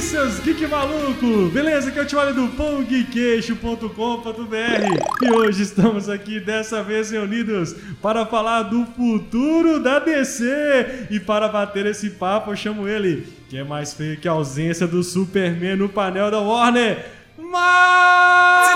seus geek maluco! Beleza? Aqui é o Tiolho do pãoguequeixo.com.br e hoje estamos aqui, dessa vez reunidos, para falar do futuro da DC. E para bater esse papo, eu chamo ele, que é mais feio que a ausência do Superman no painel da Warner, mas...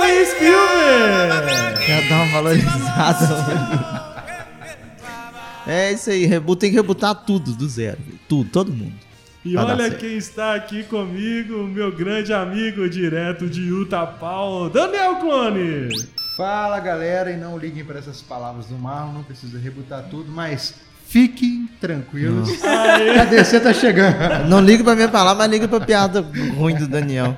Mas... Spielberg! Quer dar uma valorizada. é isso aí, rebu- tem que rebutar tudo do zero. Tudo, todo mundo. E Vai dar olha certo. quem está aqui comigo, meu grande amigo direto de Utah Pau, Daniel Clone. Fala galera, e não liguem para essas palavras do Marlon, não precisa rebutar tudo, mas fiquem tranquilos. Aê. A DC tá chegando. Não liga pra minha palavra, mas liga pra piada ruim do Daniel.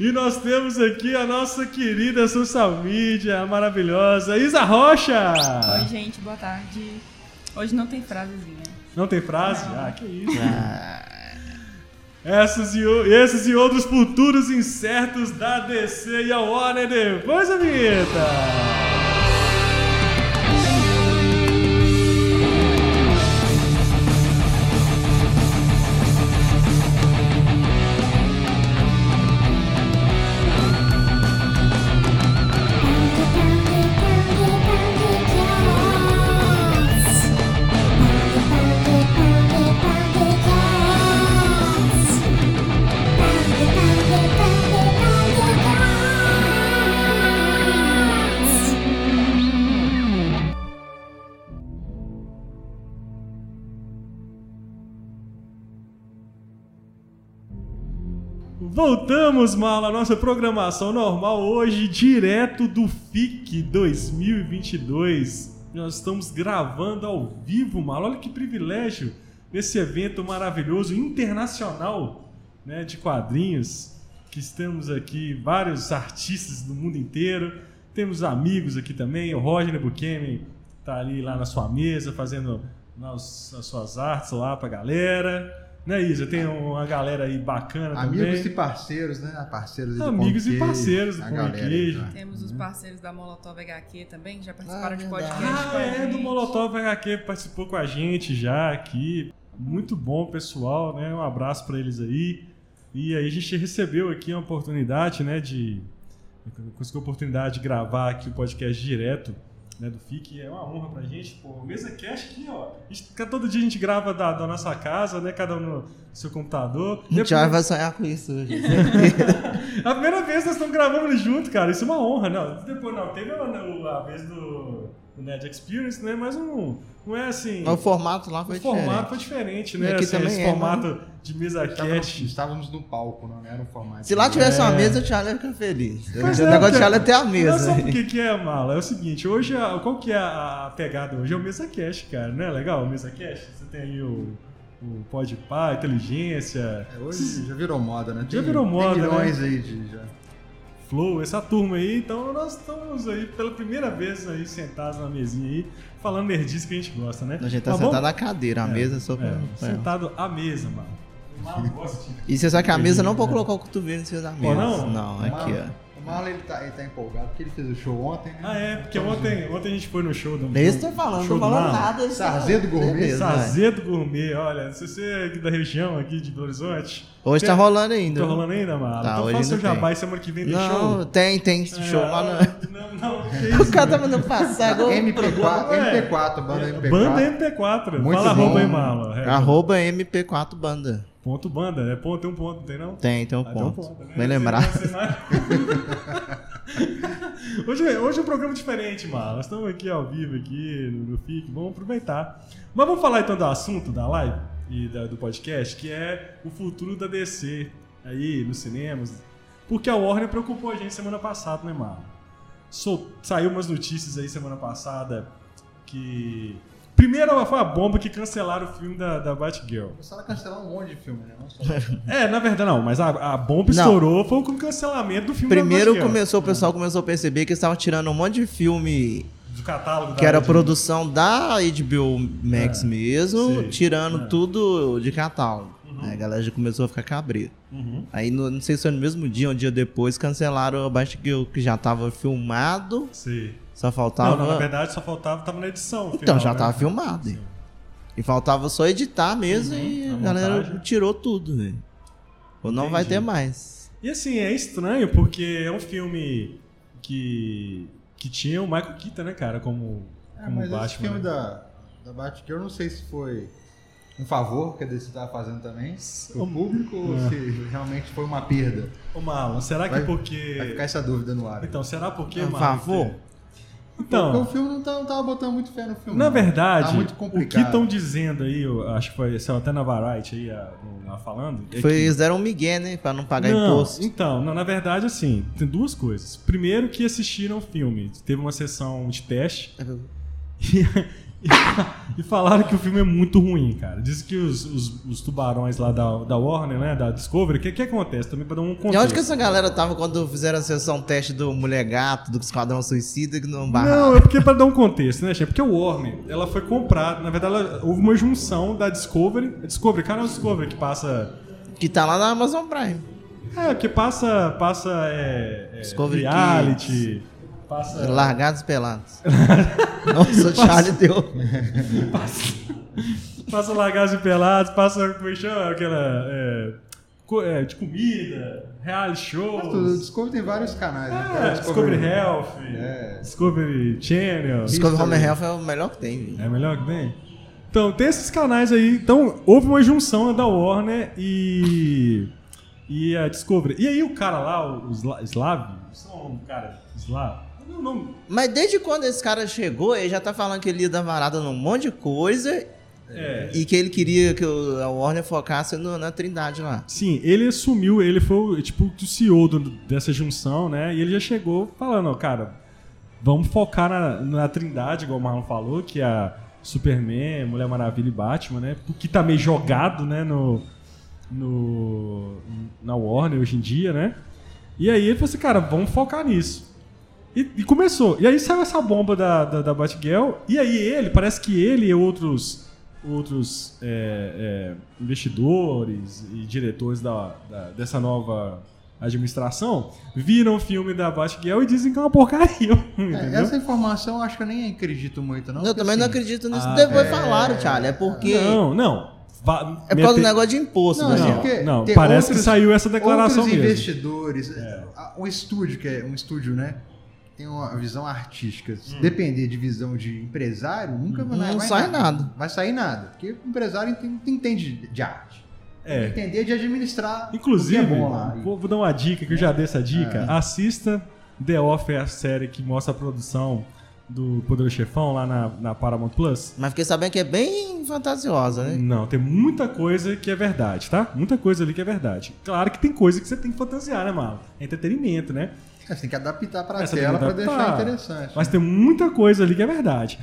E nós temos aqui a nossa querida social media, a maravilhosa Isa Rocha. Oi, gente, boa tarde. Hoje não tem frasezinha. Não tem frase? Ah, que isso. Essas e, o- esses e outros futuros incertos da DC e a Warner depois da vinheta. Voltamos, Marla, à nossa programação normal hoje, direto do FIC 2022. Nós estamos gravando ao vivo, Marla. Olha que privilégio nesse evento maravilhoso internacional né, de quadrinhos. Que estamos aqui, vários artistas do mundo inteiro. Temos amigos aqui também. O Roger Buchanan tá ali lá na sua mesa fazendo lá os- as suas artes lá pra galera. Né, Isa? Tem uma galera aí bacana também. Amigos e parceiros, né? Parceiros aí do Amigos e Pão de parceiros do Queijo, a Pão de galera Queijo. aí, tá? Temos os parceiros da Molotov HQ também, que já participaram Ah, de verdade. podcast. com Ah, a é, gente. do Molotov HQ participou com a gente já aqui. Muito bom, pessoal, né? Um abraço pra eles aí. E aí a gente recebeu aqui uma oportunidade, né, de conseguiu a oportunidade de gravar aqui o podcast direto, né, do FIC. É uma honra pra gente, pô, mesa cast aqui, ó. A gente- todo dia a gente grava da, da nossa casa, né, cada um no seu computador. O Thiago vai sonhar com isso hoje. certeza. A primeira vez nós estamos gravando junto, cara. Isso é uma honra. Não, depois não. Teve a, a vez do, do Nerd Experience, né? Mas não, não é assim. Mas o formato lá o foi formato diferente. foi diferente, né? E aqui Assim, também esse é, tá formato de mesa Estávamos, cat. estávamos no palco, não era um formato. Se lá tivesse uma É. mesa, o Thiago ia ficar feliz. Pois o é, negócio do cara. Thiago é ter a Não mesa. sabe o que, que é, Mala? É o seguinte, hoje, a- qual que é a, a pegada hoje? É o mesa cast, cara. Não é legal o mesa cast? Você tem aí o, o Podpah, Inteligência, É, Hoje já virou moda, né? Já virou moda, Tem milhões aí de. Já. Flow, essa turma aí. Então nós estamos aí pela primeira vez aí sentados na mesinha aí, falando nerdice que a gente gosta, né? A gente tá Mas vamos- sentado na cadeira, a mesa é só pra... É, pra- sentado à mesa, mano. O Marlon gosta de- E você sabe que a mesa não pode É. colocar o cotovelo em cima da mesa. não? Não, O aqui, Marlon- ó. O Marlon ele tá, ele tá empolgado porque ele fez o show ontem. né? Ah, é, porque ontem, ontem a gente foi no show do. É isso que eu tô falando, show não tô do falando Marlon. nada. isso não. Sarzedo Gourmet. Beleza, vai. Sazedo Gourmet, olha, se você é aqui da região, aqui de Belo Horizonte. Hoje tá tem- rolando ainda. Tá rolando ainda, Marlon? Tá, então hoje faça o ainda tem. jabá e semana que vem tem Não, show. tem, tem show É, lá no... Não, não, que O isso. cara tá mandando passar agora. MP4, é. MP4, banda MP4. Banda é- MP4. Muito Fala bom. arroba aí, Marlon. É, Arroba MP4 Banda. Ponto banda, é ponto, tem um ponto, não tem não? Tem, tem um Ah, ponto. então, pô, né? Bem Você lembrado. vai ser mais- hoje, hoje é um programa diferente, mano. Nós estamos aqui ao vivo, aqui no, no FIC, vamos aproveitar. Mas vamos falar então do assunto da live e da- do podcast, que é o futuro da DC aí nos cinemas. Porque a Warner preocupou a gente semana passada, né, mano? Sol- Saiu umas notícias aí semana passada que. Primeiro foi a bomba que cancelaram o filme da, da Batgirl. Começaram a cancelar um monte de filme, né? Não só. É, na verdade não, mas a, a bomba Não. estourou foi com o cancelamento do filme da Primeiro Batgirl. começou, o pessoal começou a perceber que eles estavam tirando um monte de filme do catálogo que era Batgirl. produção da HBO Max Ah, É, mesmo, sim. tirando É. tudo de catálogo. Uhum. não. Aí a galera já começou a ficar cabreiro. Uhum. Aí, no- não sei se foi no mesmo dia ou um dia depois, cancelaram a parte que, eu- que já tava filmado, Sei. só faltava... Não, não, na verdade só faltava, tava na edição. então, final, já né? tava filmado. hein? E faltava só editar mesmo Uhum, e a a galera montagem. tirou tudo, né? Ou não vai Entendi. ter mais. E assim, é estranho porque é um filme que, que tinha o Michael Keaton, né, cara, como, É, como mas Batman. esse filme né? da, da Batgirl, eu não sei se foi um favor que a DC estava fazendo também, o público, ou É. se realmente foi uma perda. Ô, Marlon, será que Vai- porque... Vai ficar essa dúvida no ar. Então, será porque, A Marlon? favor? Porque Então, o filme não tava, não tava botando muito fé no filme. Na não. verdade, Tá muito o que complicado. estão dizendo aí, eu acho que foi saiu até na Variety aí, a- no- lá falando. é Foi, que- eles deram um migué, né? Pra não pagar Não, imposto. Então, não, na verdade, assim, tem duas coisas. Primeiro que assistiram o filme, teve uma sessão de teste e, e- e falaram que o filme é muito ruim, cara. Dizem que os, os- os tubarões lá da, da Warner, né, da Discovery, o que, que acontece? Também pra dar um contexto. Eu acho que essa galera tava quando fizeram a sessão teste do Mulher Gato, do Esquadrão Suicida, que não Não, barraram. é porque pra dar um contexto, né, chefe? Porque o Warner, ela foi comprada. Na verdade, ela- houve uma junção da Discovery. A Discovery, cara, é o Discovery que passa. Que tá lá na Amazon Prime. É, porque passa. Passa. É, é, Discovery reality. Passa. Largados e pelados. Nossa, o Charlie deu. Passa largados e pelados, passa. Como é que chama? Aquela. é, co- é, de comida, reality Mas tudo, o shows. Discovery tem vários canais. né? Tem É, o Discovery Health. É. Discovery Channel. Discovery Home Health é o melhor que tem, velho. É melhor que tem? Então, tem esses canais aí. Então, houve uma junção da Warner e. E a Discovery. E aí o cara lá, o Sla- Slav. Isso é um nome do cara. Slav. Não, é não. Mas desde quando esse cara chegou, ele já tá falando que ele lida varada num monte de coisa É. e que ele queria que o- a Warner focasse no- na Trindade lá. Sim, ele assumiu, ele foi o, tipo o CEO do- dessa junção, né? E ele já chegou falando, ó, cara, vamos focar na, na Trindade, igual o Marlon falou, que é a Superman, Mulher Maravilha e Batman, né? Porque tá meio jogado, né, no, no na Warner hoje em dia, né? E aí ele falou assim, cara, vamos focar nisso. E, e começou. E aí saiu essa bomba da, da, da Batgirl. E aí ele, parece que ele e outros, outros é, é, investidores e diretores da, da- dessa nova administração viram o filme da Batgirl e dizem que é uma porcaria. É, entendeu? essa informação eu acho que eu nem acredito muito, não. eu porque, também não assim, acredito nisso. ah, Depois é. falaram, Charlie. É porque. Não, não. Va- É por causa do mete- negócio de imposto, Não, né? assim, Não, gente? porque não, tem parece que outros- saiu essa declaração Outros mesmo. É. investidores, a- um estúdio que é um estúdio, né? Tem uma visão artística. Se Hum. depender de visão de empresário, nunca vai, Não vai sai nada. Vai sair nada, porque o empresário ent- entende de arte. É. Entender de administrar. Inclusive, o que é bom lá. É. vou, vou dar uma dica, que eu já dei essa dica. Assista The Office, a série que mostra a produção do Poderoso Chefão lá na, na Paramount Plus. Mas fiquei sabendo que é bem fantasiosa, É. né? Não, tem muita coisa que é verdade, tá? Muita coisa ali que é verdade. Claro que tem coisa que você tem que fantasiar, né, Marlon? É entretenimento, né? Você tem que adaptar para a Essa É, tem tela que para adaptar. deixar interessante. Mas tem muita coisa ali que é verdade.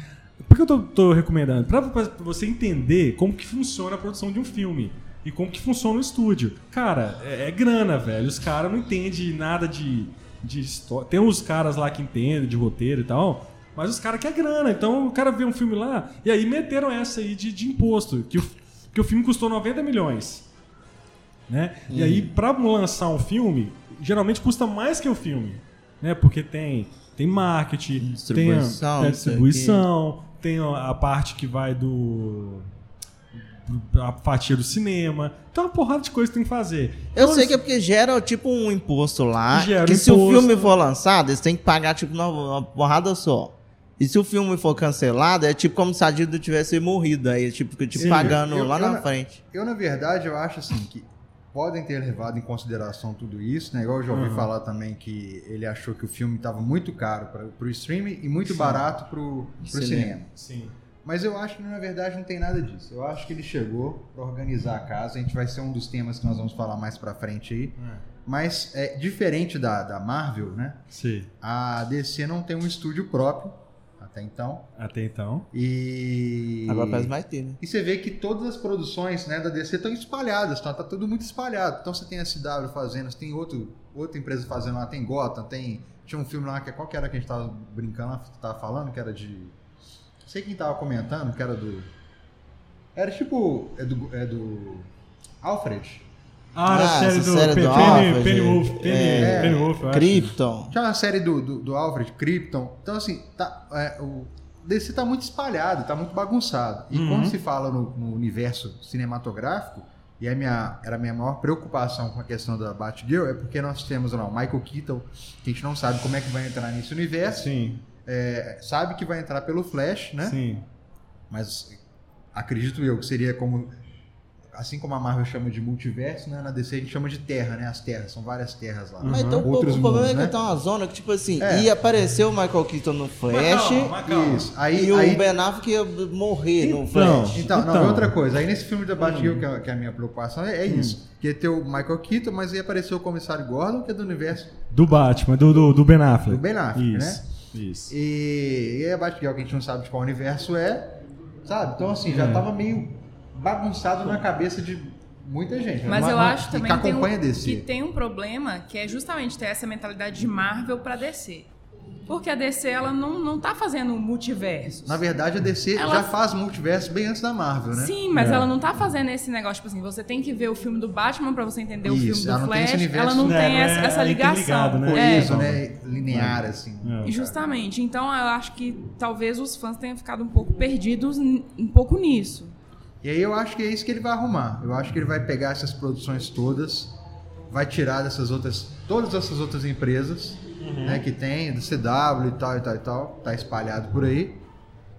Por que eu tô, tô recomendando? Pra, pra você entender como que funciona a produção de um filme. E como que funciona o estúdio. Cara, é, é grana, velho. Os caras não entendem nada de, de história. Tem uns caras lá que entendem de roteiro e tal. Mas os caras querem grana. Então o cara vê um filme lá. E aí meteram essa aí de, de imposto. Que o, que o filme custou 90 milhões. Né? E Uhum. aí, pra lançar um filme, geralmente custa mais que o filme. Né? Porque tem, tem marketing, tem a- tem Distribuição, a não sei o distribuição, tem a a parte que vai do. do- a fatia do cinema. Então, uma porrada de coisa que tem que fazer. Eu Então, sei que é porque gera tipo um imposto lá. Gera que se o imposto. filme for lançado, eles têm que pagar tipo uma, uma porrada só. E se o filme for cancelado, é tipo como se a Dilda tivesse morrido. Aí, tipo, fica te Sim, pagando eu- lá eu na não- frente. Eu, na verdade, eu acho assim que podem ter levado em consideração tudo isso, né? Igual eu já ouvi Uhum. falar também que ele achou que o filme estava muito caro para o streaming e muito barato para o Cinema. cinema. Sim. Mas eu acho que, na verdade, não tem nada disso. Eu acho que ele chegou para organizar a casa. A gente vai ser um dos temas que nós vamos falar mais para frente aí. Mas, é diferente da, da Marvel, né? Sim. A DC não tem um estúdio próprio, até então. Até então. E... Agora parece que vai ter, né? E você vê que todas as produções né, da DC estão espalhadas, tá, tá tudo muito espalhado. Então você tem a CW fazendo, você tem outro, outra empresa fazendo lá, tem Gotham, tem. Tinha um filme lá que qual que era que a gente tava brincando, lá, tava falando, que era de. Não sei quem tava comentando, que era do. Era tipo. É do. É do Alfred. Ah, era a Ah, série essa do, série Pe- do Penny, Alfred, Pennyworth. Penny, é, Pennyworth, eu acho. Krypton. Tinha é uma série do, do, do Alfred, Krypton. Então, assim, tá, é, o DC tá muito espalhado, tá muito bagunçado. E Uhum. quando se fala no, no universo cinematográfico, e a minha, era a minha maior preocupação com a questão da Batgirl, é porque nós temos lá o Michael Keaton, que a gente não sabe como é que vai entrar nesse universo. Sim, É, sabe que vai entrar pelo Flash, É? né? sim. Mas acredito eu que seria como. Assim como a Marvel chama de multiverso, né? Na DC a gente chama de terra, né? As terras, são várias terras lá. Mas Uhum. então, pô, Outros o problema mundos, é que né? tá uma zona que, tipo assim, É. ia aparecer o Michael Keaton no Flash Mas calma. Isso. Aí, e o aí- Ben Affleck ia morrer Então. no Flash. Então, não, Então. Hum. é outra coisa. Aí nesse filme da Batgirl, que, é- que é a minha preocupação, é, é isso. Que ia ter o Michael Keaton, mas ia aparecer o Comissário Gordon, que é do universo Do Batman, do, do, do Ben Affleck. do Ben Affleck, Isso, né? isso. E, e a Batgirl, que a gente não sabe de qual universo é, sabe? Então, assim, já É. tava meio bagunçado na cabeça de muita gente. né? Mas Ma- eu ma- acho e também que que tem, acompanha um, DC. que tem um problema que é justamente ter essa mentalidade de Marvel pra DC. Porque a DC ela não, não tá fazendo multiversos. Na verdade, a DC Ela- já faz multiverso bem antes da Marvel, né? Sim, mas É. ela não tá fazendo esse negócio, tipo assim, você tem que ver o filme do Batman pra você entender o Isso, filme do ela não tem Flash. esse universo, ela não né, tem não é essa, essa interligado, ligação. né? É, Coeso, né? Linear, assim. É. e justamente. Então eu acho que talvez os fãs tenham ficado um pouco perdidos n- um pouco nisso. E aí eu acho que é isso que ele vai arrumar. Eu acho que ele vai pegar essas produções todas, vai tirar dessas outras, todas essas outras empresas, né, que tem, do CW e tal e tal e tal, tá espalhado por aí,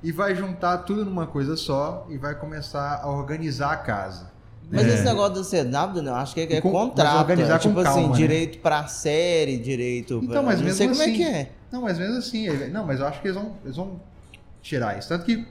e vai juntar tudo numa coisa só e vai começar a organizar a casa. Mas É. esse negócio do CW, né, eu acho que é, é E com- mas contrato. organizar É, com tipo assim, calma, né? direito pra série, direito pra... Então, mas não mesmo sei como é assim- que é. Não, mas mesmo assim, ele- não, mas eu acho que eles vão, eles vão tirar isso. Tanto que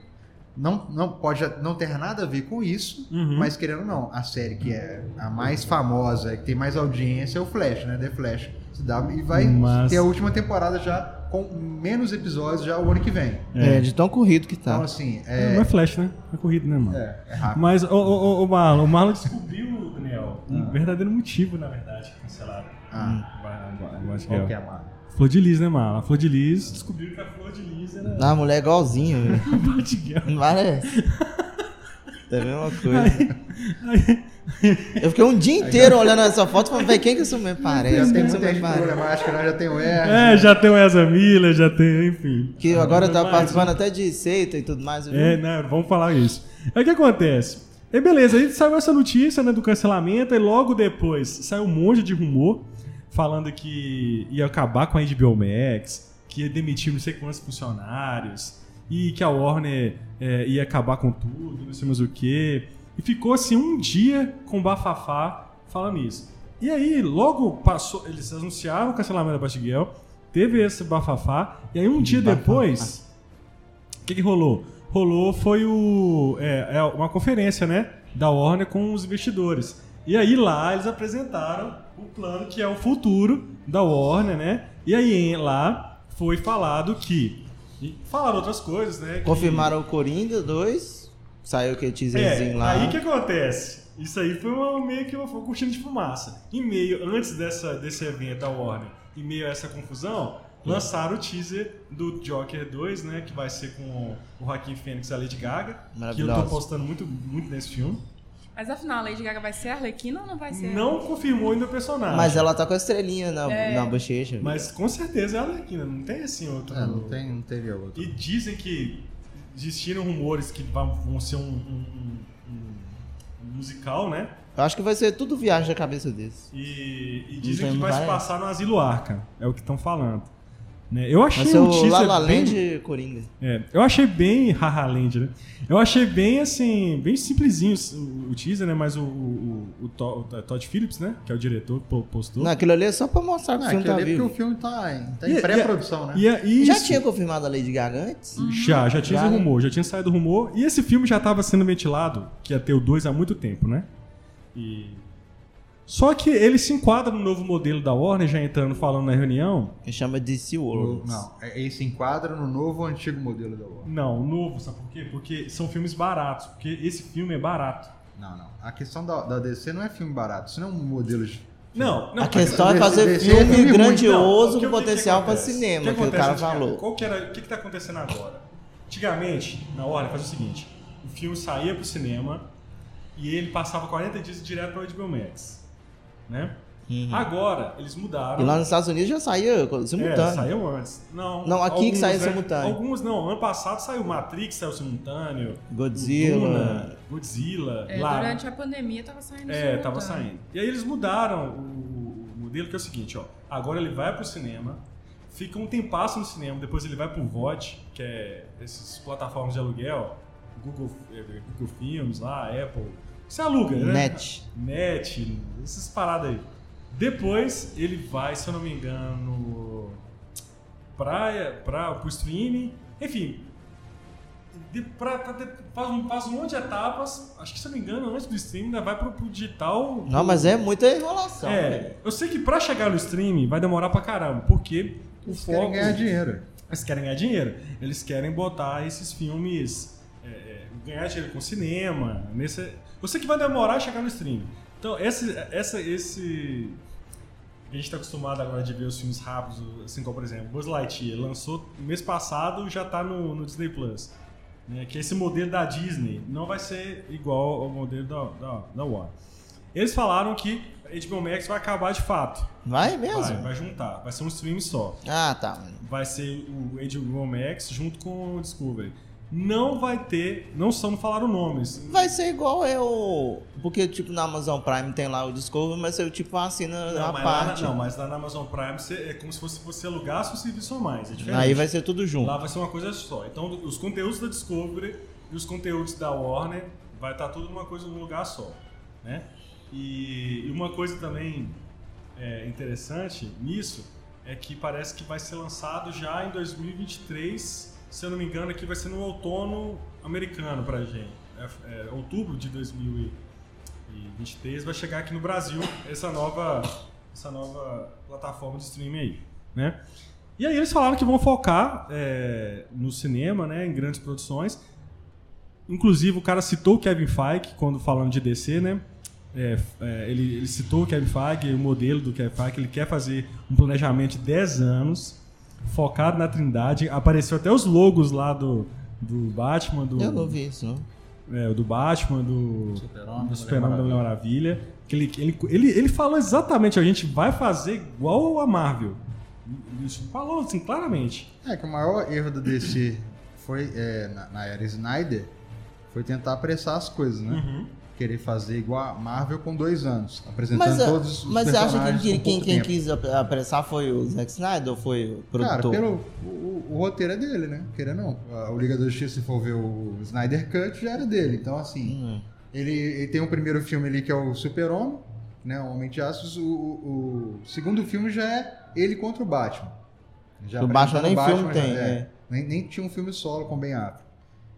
não, não pode já não ter nada a ver com isso, Uhum. mas querendo ou não, a série que é a mais famosa, que tem mais audiência, é o Flash, né? The Flash. CW, E vai Mas- ter a última temporada já com menos episódios já o ano que vem. É. É. de tão corrido que Então, tá. assim, É. é, Não é Flash, né? É corrido, né, mano? é, é rápido. Mas o, o, o- o Marlon, o Marlon descobriu, Daniel, Ah. um verdadeiro motivo, na verdade, que cancelaram. Ah, Eu acho que qual que é é. a marca? Flor de Lis, né, Marlon? A Flor de Lis descobriu que a Flor de Lis era Ah, a mulher é igualzinha, velho. a Batgirl. Não parece. É a mesma coisa. Aí- Eu fiquei um dia inteiro olhando essa foto e falando, velho, quem que isso mesmo Já parece? tem Quem que isso mesmo muita gente parece? problemática, né? já tem o R. É, já tem o Ezra Miller, já tem, enfim. Que agora tá Mas- né? participando até de seita e tudo mais. eu vi. É, né? Vamos falar isso. Aí o que acontece? E beleza, aí saiu essa notícia né, do cancelamento, e logo depois saiu um monte de rumor falando que ia acabar com a HBO Max, que ia demitir não sei quantos funcionários, e que a Warner é, ia acabar com tudo, não sei mais o quê. E ficou assim um dia com bafafá falando isso. E aí, logo passou, eles anunciaram o cancelamento da Batgirl, teve esse bafafá, e aí um dia Bafafá. depois. O que, que rolou? Rolou foi o é, é uma conferência, né, da Warner com os investidores. E aí lá eles apresentaram o plano que é o futuro da Warner, né? E aí em- lá foi falado que e falaram outras coisas, né? que- Confirmaram o Coringa 2. Saiu aquele teaserzinho é, lá. Aí que acontece? Isso aí foi uma, meio que uma, foi uma cortina de fumaça. Em meio, antes dessa, desse evento da Warner, em meio a essa confusão, lançaram o teaser do Joker 2, né? Que vai ser com o Joaquim Fênix e a Lady Gaga. Que eu tô Maravilhosa. postando muito, muito nesse filme. Mas afinal, a Lady Gaga vai ser a Arlequina ou não vai ser? Não confirmou ainda o personagem. Mas ela tá com a estrelinha na, É. na bochecha. Mas com certeza é a Arlequina, não tem assim outro. É, não, tem, não teria outro. E dizem que existiram rumores que vão vão ser um- um- um- um musical, né? Eu acho que vai ser tudo viagem da cabeça desse. E, e Não dizem tem- que vai vai- se passar no Asilo Arca. É o que estão falando. Né? Eu achei Vai ser um é o teaser La La bem... Land Coringa. É, eu achei bem Haha Land, né? Eu achei bem assim, bem simplesinho o, o teaser, né? Mas o, o- o To- o Todd Phillips, né? Que é o diretor que po- postou. Não, aquilo ali é só pra mostrar que Não, o é filme aquilo tá ali é porque vivo. o filme tá em, tá E- em e- pré-produção, né? E, é- e Já isso- tinha confirmado a Lady Gaga antes? Já, já tinha Já, esse né? rumor, já tinha saído o rumor. E esse filme já estava sendo ventilado, que ia ter o 2 há muito tempo, né? E... Só que ele se enquadra no novo modelo da Warner, já entrando, falando na reunião. Que chama DC No- World. Não, é- esse enquadra no novo ou antigo modelo da Warner. Não, novo, sabe por quê? Porque são filmes baratos, porque esse filme é barato. Não, não. A questão da, da DC não é filme barato, isso não é um modelo de. Não, não. A questão é Esse- fazer esse é filme filme ruim, grandioso o que com eu- o que potencial pra acontece? cinema, que o acontece cara antigamente? falou. Qual que era, o que, que tá acontecendo agora? Antigamente, na hora, faz o seguinte: o filme saía pro cinema, E ele passava 40 dias direto para HBO Max. Né? Uhum. Agora, eles mudaram. E lá nos Estados Unidos já saía É, simultâneo. saiu antes. Não, né? Não, aqui que saiu simultâneo. Alguns não. Ano passado saiu Matrix, saiu simultâneo. Godzilla. Duna, Godzilla. É, Lara. durante a pandemia tava saindo né, É, simultâneo. tava saindo. E aí eles mudaram o, o modelo, que é o seguinte, ó. Agora ele vai pro cinema, fica um tempasso no cinema, depois ele vai pro VOD, que é essas plataformas de aluguel, Google, eh, Google Films lá, Apple. Você aluga, né? Net. Net, essas paradas aí. Depois ele vai, se eu não me engano, praia, pra, pro streaming, enfim. de- pra- pra- de- faz, um, faz um monte de etapas, acho que se eu não me engano, antes do streaming ainda vai pro, pro digital. Não, mas é muita enrolação. velho. É, eu sei que pra chegar no streaming vai demorar pra caramba, porque o Eles foco. querem ganhar dinheiro. Eles querem ganhar dinheiro. Eles querem botar esses filmes. é, é, ganhar dinheiro com cinema. Nesse... Eu sei que vai demorar a chegar no streaming. Então, esse. Essa, esse... A gente tá acostumado agora de ver os filmes rápidos, assim como, por exemplo, Buzz Lightyear lançou mês passado já tá no, no Disney Plus. né? Que esse modelo da Disney não vai ser igual ao modelo da, da, da Warner. Eles falaram que a HBO Max vai acabar de fato. Vai mesmo? Vai, vai juntar, vai ser um stream só Ah, tá. vai ser o HBO Max junto com o Discovery. Não vai ter, não só não falaram nomes. Vai ser igual eu. Porque, tipo, na Amazon Prime tem lá o Discovery, mas eu, tipo, assina a mas lá, parte. na- não, mas lá na Amazon Prime você- é como se fosse você alugasse um serviço a mais. É diferente. Aí vai ser tudo junto. Lá vai ser uma coisa só. Então os conteúdos da Discovery e os conteúdos da Warner vai estar tudo numa coisa num lugar só, né? E, e uma coisa também é, interessante nisso é que parece que vai ser lançado já em 2023, se eu não me engano, aqui vai ser no outono americano pra gente. É, é, outubro de 2023 vai chegar aqui no Brasil essa nova essa nova plataforma de streaming aí, né? E aí eles falaram que vão focar é, no cinema, né, em grandes produções. Inclusive o cara citou o Kevin Feige quando falando de DC, né? É, é, ele, ele citou o Kevin Feige, o modelo do Kevin Feige, ele quer fazer um planejamento de 10 anos focado na Trindade. Apareceu até os logos lá do, do Batman, do Eu não vi isso, não. é, o do Batman, do Super-Homem, do Super-Homem da Mulher Mulher Maravilha. Que ele, ele, ele, ele falou exatamente, a gente vai fazer igual a Marvel. Ele falou assim, claramente. É que o maior erro da DC foi, é, na, na era Snyder, foi tentar apressar as coisas, né? Uhum. Querer fazer igual a Marvel com dois anos, apresentando Mas, ah, todos os mas você acha personagens que com quem, pouco quem tempo. quis ap- apressar foi o Zack Snyder ou foi o Cara, produtor? pelo, o, o roteiro é dele, né? Querendo ou não. A- O Liga da Justiça, se for ver o Snyder Cut, já era dele. Então, assim, Hum. ele, ele tem o primeiro filme ali que é o Super-Homem, né? O Homem de Aço. O, o- o segundo filme já é ele contra o Batman. Já O Batman apresentando nem o filme já- tem, é. é. Nem, nem tinha um filme solo com Ben Affleck.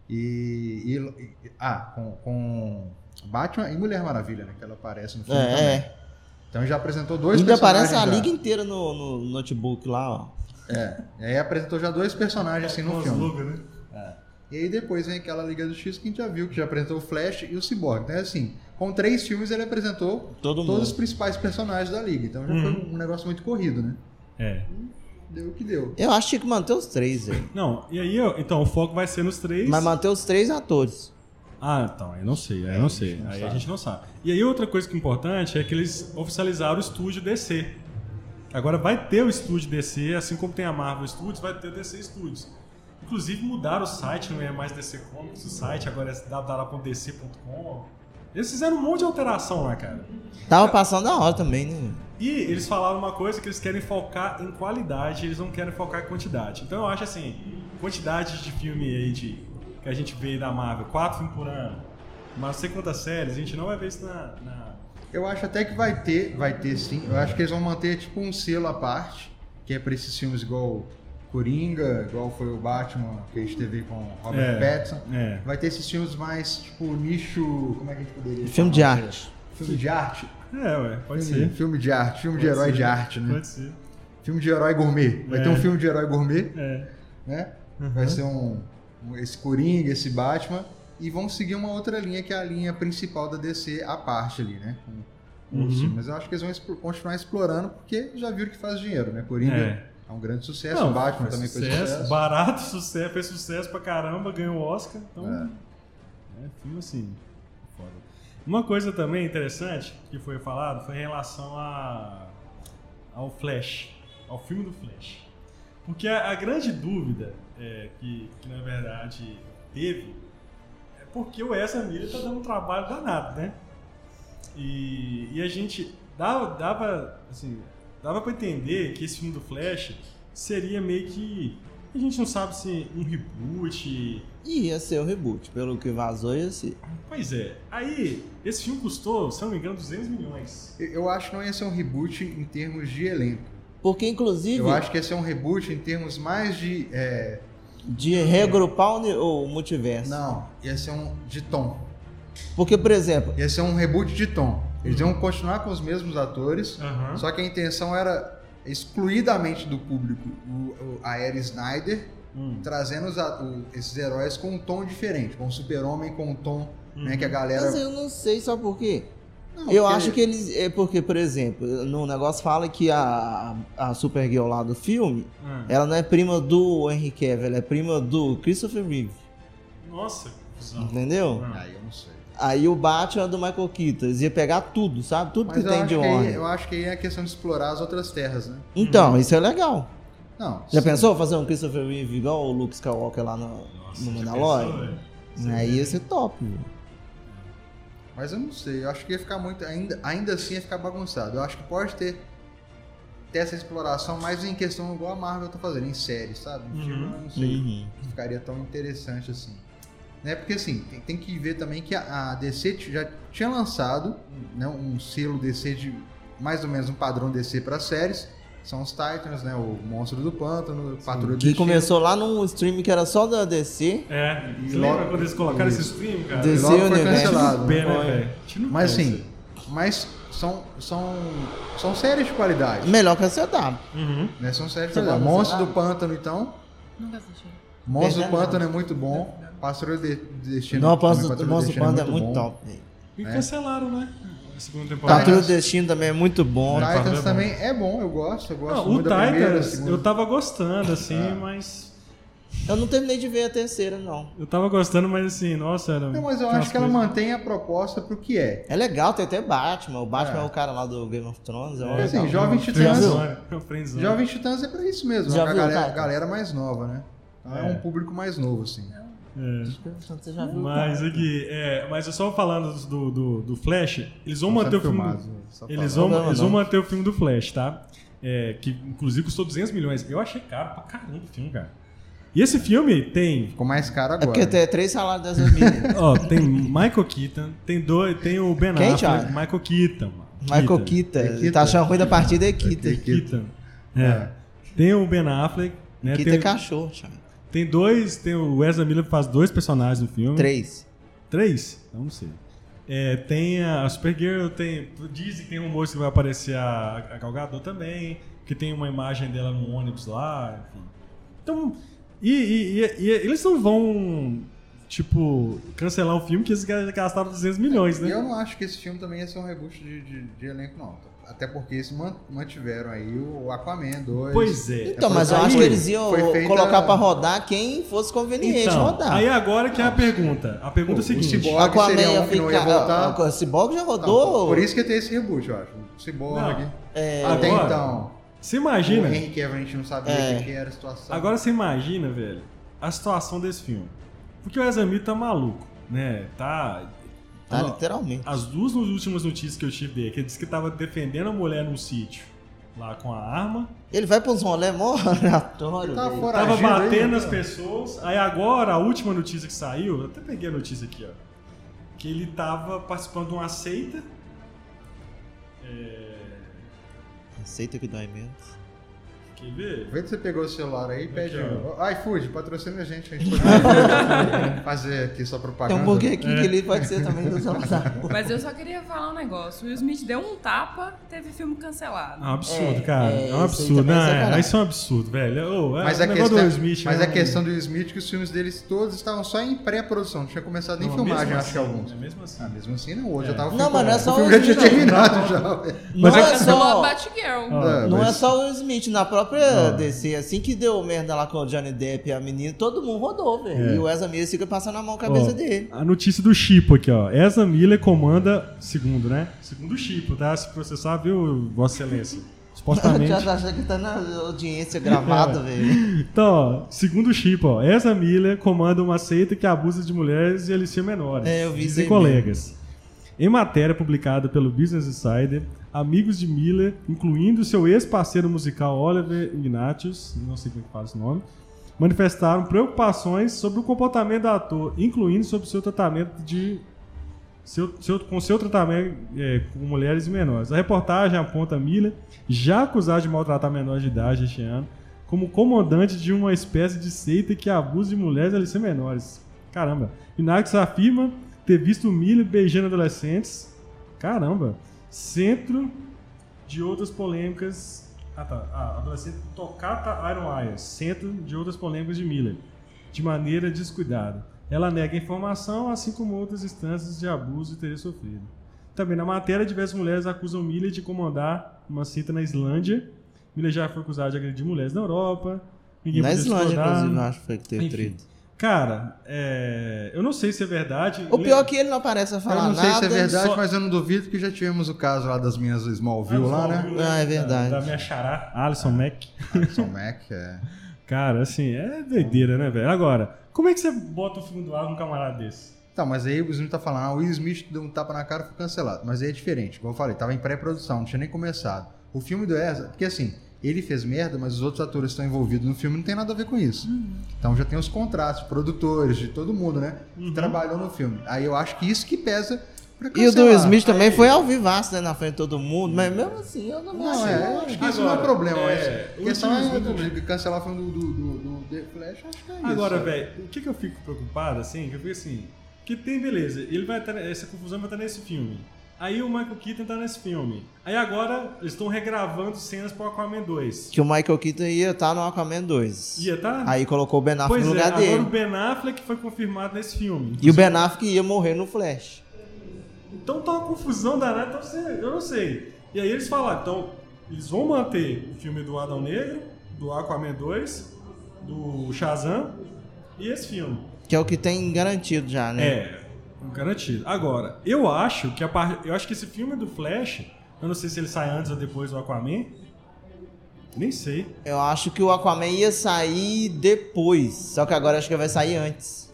E, e- e- Ah, com, com Batman e Mulher Maravilha, né? Que ela aparece no filme É, também. é. Então já apresentou dois Ainda aparece a personagens já. liga inteira no, no notebook lá, ó. E aí apresentou já dois personagens assim Com no os filme. É. logos, né? E aí depois vem aquela Liga do X que a gente já viu, que já apresentou o Flash e o Cyborg. Então é assim, com três filmes ele apresentou Todo mundo. todos os principais personagens da Liga. Então já Uhum. foi um negócio muito corrido, né? É. Deu o que deu. Eu acho que tinha que manter os três, velho. Não, e aí, ó, então, o foco vai ser nos três. Mas manter os três atores. Ah, então, eu não sei, eu não sei. não aí a sabe. gente não sabe. E aí outra coisa que é importante é que eles oficializaram o estúdio DC. Agora vai ter o estúdio DC, assim como tem a Marvel Studios, vai ter o DC Studios. Inclusive mudaram o site, não é mais DC Comics o site, agora é www.dc.com. Eles fizeram um monte de alteração lá, cara. Tava passando a hora também, né? E eles falaram uma coisa que eles querem focar em qualidade, eles não querem focar em quantidade. Então eu acho assim, quantidade de filme aí de, que a gente vê da Marvel, quatro filmes por ano, mas não sei quantas séries, a gente não vai ver isso na. na- Eu acho até que vai ter, vai ter sim. Eu acho que eles vão manter tipo um selo à parte, que é pra esses filmes igual Coringa, igual foi o Batman que a gente teve com Robert É. Pattinson. É. Vai ter esses filmes mais, tipo, nicho. Como é que a gente poderia Filme de chamar? arte. Filme de arte? É, ué, pode filme, ser. filme de arte, filme de Pode herói ser. de arte, né? Pode ser. Filme de herói gourmet. Vai É. ter um filme de herói gourmet, É. né? Uhum. Vai ser um, um- esse Coringa, esse Batman. E vão seguir uma outra linha, que é a linha principal da DC, à parte ali, né? Com- com os Uhum. filmes. Mas eu acho que eles vão explo- continuar explorando, porque já viram que faz dinheiro, né? Coringa é, É. um grande sucesso, Não, o Batman fez também sucesso, fez sucesso. Barato sucesso, fez sucesso pra caramba, ganhou o Oscar. Então, é, filme assim. né, Foda. Uma coisa também interessante que foi falado foi em relação a, ao Flash, ao filme do Flash. Porque a, a grande dúvida é, que, que, na verdade, teve é porque o Ezra Miller tá dando um trabalho danado, né? E, e a gente dava, dava, assim, dava para entender que esse filme do Flash seria meio que. A gente não sabe se um reboot. Ia ser o reboot, pelo que vazou ia ser. Pois é. Aí, esse filme custou, se não me engano, 200 milhões. Eu- Eu acho que não ia ser um reboot em termos de elenco. Porque, inclusive, Eu acho que ia ser um reboot em termos mais de. é, de regrupar o, ni- o multiverso. não, ia ser um de tom. Porque, por exemplo, Ia ser um reboot de tom. Eles Uhum. iam continuar com os mesmos atores, Aham. só que a intenção era excluidamente do público o, o- a Eri Snyder, Hum. trazendo os a- o- esses heróis com um tom diferente, com o Super-Homem com um tom né, Uhum. que a galera. mas eu não sei só por quê. Não, Eu porque- acho que eles. É porque, por exemplo, no negócio fala que a, a Supergirl lá do filme, Hum. Ah. ela não é prima do Henry Cavill, ela é prima do Christopher Reeve. Nossa, que Hum. confusão. Entendeu? Ah. Ah, eu não sei. Aí o Batman é do Michael Keaton. Eles iam pegar tudo, sabe? Tudo Mas que eu tem acho de que aí- ordem. eu acho que aí é a questão de explorar as outras terras, né? Então, isso é legal. Não. Já sim. pensou fazer um Christopher Reeve igual o Luke Skywalker lá no, Nossa, no já pensou, Mandalorian? velho? Aí ia ser top. viu? Mas eu não sei, eu acho que ia ficar muito. Ainda, ainda assim ia ficar bagunçado. Eu acho que pode ter, ter essa exploração, mas em questão igual a Marvel tá fazendo, em série, sabe? Em filme, Uhum. eu não sei se ficaria tão interessante assim. Né? Porque assim, tem, tem que ver também que a, a DC t- já tinha lançado né, um selo DC de mais ou menos um padrão DC para séries. São os Titans, né? O Monstro do Pântano, Patrulha do Que Destino. começou lá num stream que era só da DC. É. E Você logo- lembra quando eles colocaram esse stream, cara? Desse E logo foi universo. cancelado. Bem, né, Olha. velho? A gente não Mas pensa. assim, mas são, são, são séries de qualidade. Melhor que a CW. Uhum. Né? São séries de Você tá qualidade. vai Monstro cancelar? do Pântano, então. Nunca assisti. Monstro do Verdade, Pântano é muito bom. Pássaro de de Destino. Não, também, Monstro Pássaro do Monstro Destino Panda é muito top. velho. E É. Tá cancelaram, né? A segunda temporada. Patrulha do Destino também é muito bom. Tá. Pássaro é Titans bom. também é bom, eu gosto. Eu gosto Não, o muito da primeira, Titans, segunda. eu tava gostando, assim, Ah. mas. Eu não terminei de ver a terceira, não. Eu tava gostando, mas assim, nossa, era. Não, mas eu tinha acho umas que ela coisas- mantém a proposta pro que é. É legal, tem até Batman. O Batman É. é, o cara lá do Game of Thrones. É, É, um assim, legal. Jovem uma Titãs. friendzone, friendzone. Jovem Titãs é pra isso mesmo, Já é pra viu o galera, Titans? galera mais nova, né? Então é. É. um público mais novo, assim. É. Você já viu? Mas aqui, é, mas eu só falando do, do, do Flash, eles vão manter o filme. do- assim, Eles vão. vão, Não, não, eles vão não. manter o filme do Flash, tá? É, que inclusive custou 200 milhões. Eu achei caro pra caramba o filme, cara. E esse filme tem. Ficou mais caro É agora. porque tem três salários das milhas. Ó, tem Michael Keaton, tem, dois, tem o Ben Quem, Affleck, Thiago? Michael Keaton. mano. Michael Keaton. Kita. É Keaton. Tá achando ruim da partida é Kita. É Keaton. Keaton. É. Tem o Ben Affleck, né? Kita é Tem, cachorro, Thiago. tem dois, tem o Ezra Miller que faz dois personagens no filme. Três. Três? Eu não sei. É, tem a Supergirl, tem, dizem que tem rumores que vai aparecer a, a Gal Gadot também, que tem uma imagem dela num ônibus lá, enfim. Então, e, e- e- e eles não vão, tipo, cancelar um filme que eles gastaram 200 milhões, E né? eu não acho que esse filme também ia ser um reboot de, de, de elenco, não. Até porque eles man- mantiveram aí o Aquaman 2. Pois é. Então, mas eu Aí acho que foi- eles iam foi feita- colocar pra rodar quem fosse conveniente Então, rodar. aí agora que é a pergunta. A pergunta é a O seguinte. Cyborg seria um que não ia voltar. Ah, O Cyborg já Não, rodou. Por isso que tem esse reboot, eu acho. O Cyborg. Não, é, Até agora- então. Você O imagina, Henry Cavill a gente não sabia É. o que que era a situação. Agora você imagina, velho, a situação desse filme. Porque o Ezra Miller tá maluco, né? Tá. tá, Ó, literalmente. As duas nos últimas notícias que eu tive dele, que ele disse que tava defendendo a mulher num sítio, lá com a arma. Ele vai pra uns rolê mó aleatório. ele tava velho. fora Tava batendo né? as pessoas. Aí agora, a última notícia que saiu, eu até peguei a notícia aqui, ó. Que ele tava participando de uma seita. Aceita que dói menos. Quer ver? Aproveita que você pegou o celular aí e pede. Aqui, um- Ai, Fuji, patrocina a gente. A gente pode fazer aqui só propaganda. Tem um burger aqui É. que ele pode ser também do Salazar. Mas eu só queria falar um negócio. O Will Smith deu um tapa, teve filme cancelado. É um absurdo, É, cara. é, É, um isso aí absurdo. também é Não, é, sacanagem. isso é um absurdo, velho. Ô, é, Mas, o a negócio questão, do Will Smith, mas né? a questão do Will Smith é que os filmes deles todos estavam só em pré-produção, não tinha começado nem Não, filmagem, mesmo acho que assim, alguns. é mesmo assim. Ah, mesmo assim não, hoje já tava Não, filmado. mas não é só o filme hoje, já tinha não. terminado já. velho. Não Mas é é que- Cancelou a só. Batgirl. Ah, Não é mas- só o Will Smith, na própria DC, assim que deu merda lá com o Johnny Depp e a menina, todo mundo rodou, velho. É. E o Ezra Miller fica passando a mão na cabeça Ó, dele. A notícia do Chipo aqui, ó. Ezra Miller comanda, segundo, né? Segundo o Chipo, tá? Se processar, viu, Vossa Excelência? Supostamente. Já tá achando que tá na audiência gravada, É. velho. Então, ó, segundo o Chip, ó, Ezra Miller comanda uma seita que abusa de mulheres e alicia menores. É, eu vi isso dizem aí colegas. Em matéria publicada pelo Business Insider, amigos de Miller, incluindo seu ex-parceiro musical Oliver Ignatius, não sei como é que fala esse nome, manifestaram preocupações sobre o comportamento do ator, incluindo sobre seu tratamento de seu- seu- com seu tratamento é, com mulheres e menores. A reportagem aponta Miller, já acusado de maltratar menores de idade este ano, como comandante de uma espécie de seita que abusa de mulheres e alicia menores. Caramba. Inax afirma ter visto Miller beijando adolescentes. Caramba. Centro de outras polêmicas. Ah, tá. Ah, adolescente Tocata Iron Eyes. Centro de outras polêmicas de Miller. De maneira descuidada. Ela nega a informação, assim como outras instâncias de abuso e teria sofrido. Também na matéria, diversas mulheres acusam Miller de comandar uma seita na Islândia. Miller já foi acusado de agredir mulheres na Europa. Ninguém Na podia Islândia, discordar. é inclusive, eu acho que foi que teve Enfim. treta. Cara, é, eu não sei se é verdade. O pior é que ele não aparece a falar eu não sei nada. se é verdade, só- mas eu não duvido que já tivemos o caso lá das minhas do Smallville lá, né? Ah, é verdade. Da, da minha xará, Alison Mack. Alison Mac, é. Cara, assim, é doideira, né, velho? Agora, como é que você bota o filme do ar num camarada desse? Tá, mas aí o Will Smith tá falando, ah, o Will Smith deu um tapa na cara e foi cancelado. Mas aí é diferente, como eu falei, tava em pré-produção, não tinha nem começado. O filme do Ezra, porque assim, ele fez merda, mas os outros atores que estão envolvidos no filme não tem nada a ver com isso. Uhum. Então já tem os contratos, produtores, de todo mundo, né? Uhum. Que trabalhou no filme. Aí eu acho que isso que pesa pra E o do cancelar. Smith também foi ao vivaço, né? Na frente de todo mundo. Mas mesmo assim, eu não me Não, acho. é, eu acho que isso não Agora, é problema. é, mas o a questão Will é Smith- do- de cancelar o filme do, do, do, do The Flash, acho que é isso. Agora, velho, o que, que eu fico preocupado, assim, que eu fico assim, que tem, beleza, ele vai estar, essa confusão vai estar nesse filme. Aí o Michael Keaton tá nesse filme. Aí agora eles estão regravando cenas pro Aquaman 2. Que o Michael Keaton ia estar no Aquaman 2. Ia, tá? Aí colocou o Ben Affleck pois é, no lugar agora dele. o Ben Affleck foi confirmado nesse filme. E o Ben Affleck ia morrer no Flash. Então tá uma confusão danada, então você, eu não sei. E aí eles falaram, então, eles vão manter o filme do Adão Negro, do Aquaman 2, do Shazam e esse filme. Que é o que tem garantido já, né? É, garantido. Agora, eu acho que a par... eu acho que esse filme do Flash, eu não sei se ele sai antes ou depois do Aquaman. Nem sei. Eu acho que o Aquaman ia sair depois. Só que agora acho que vai sair antes.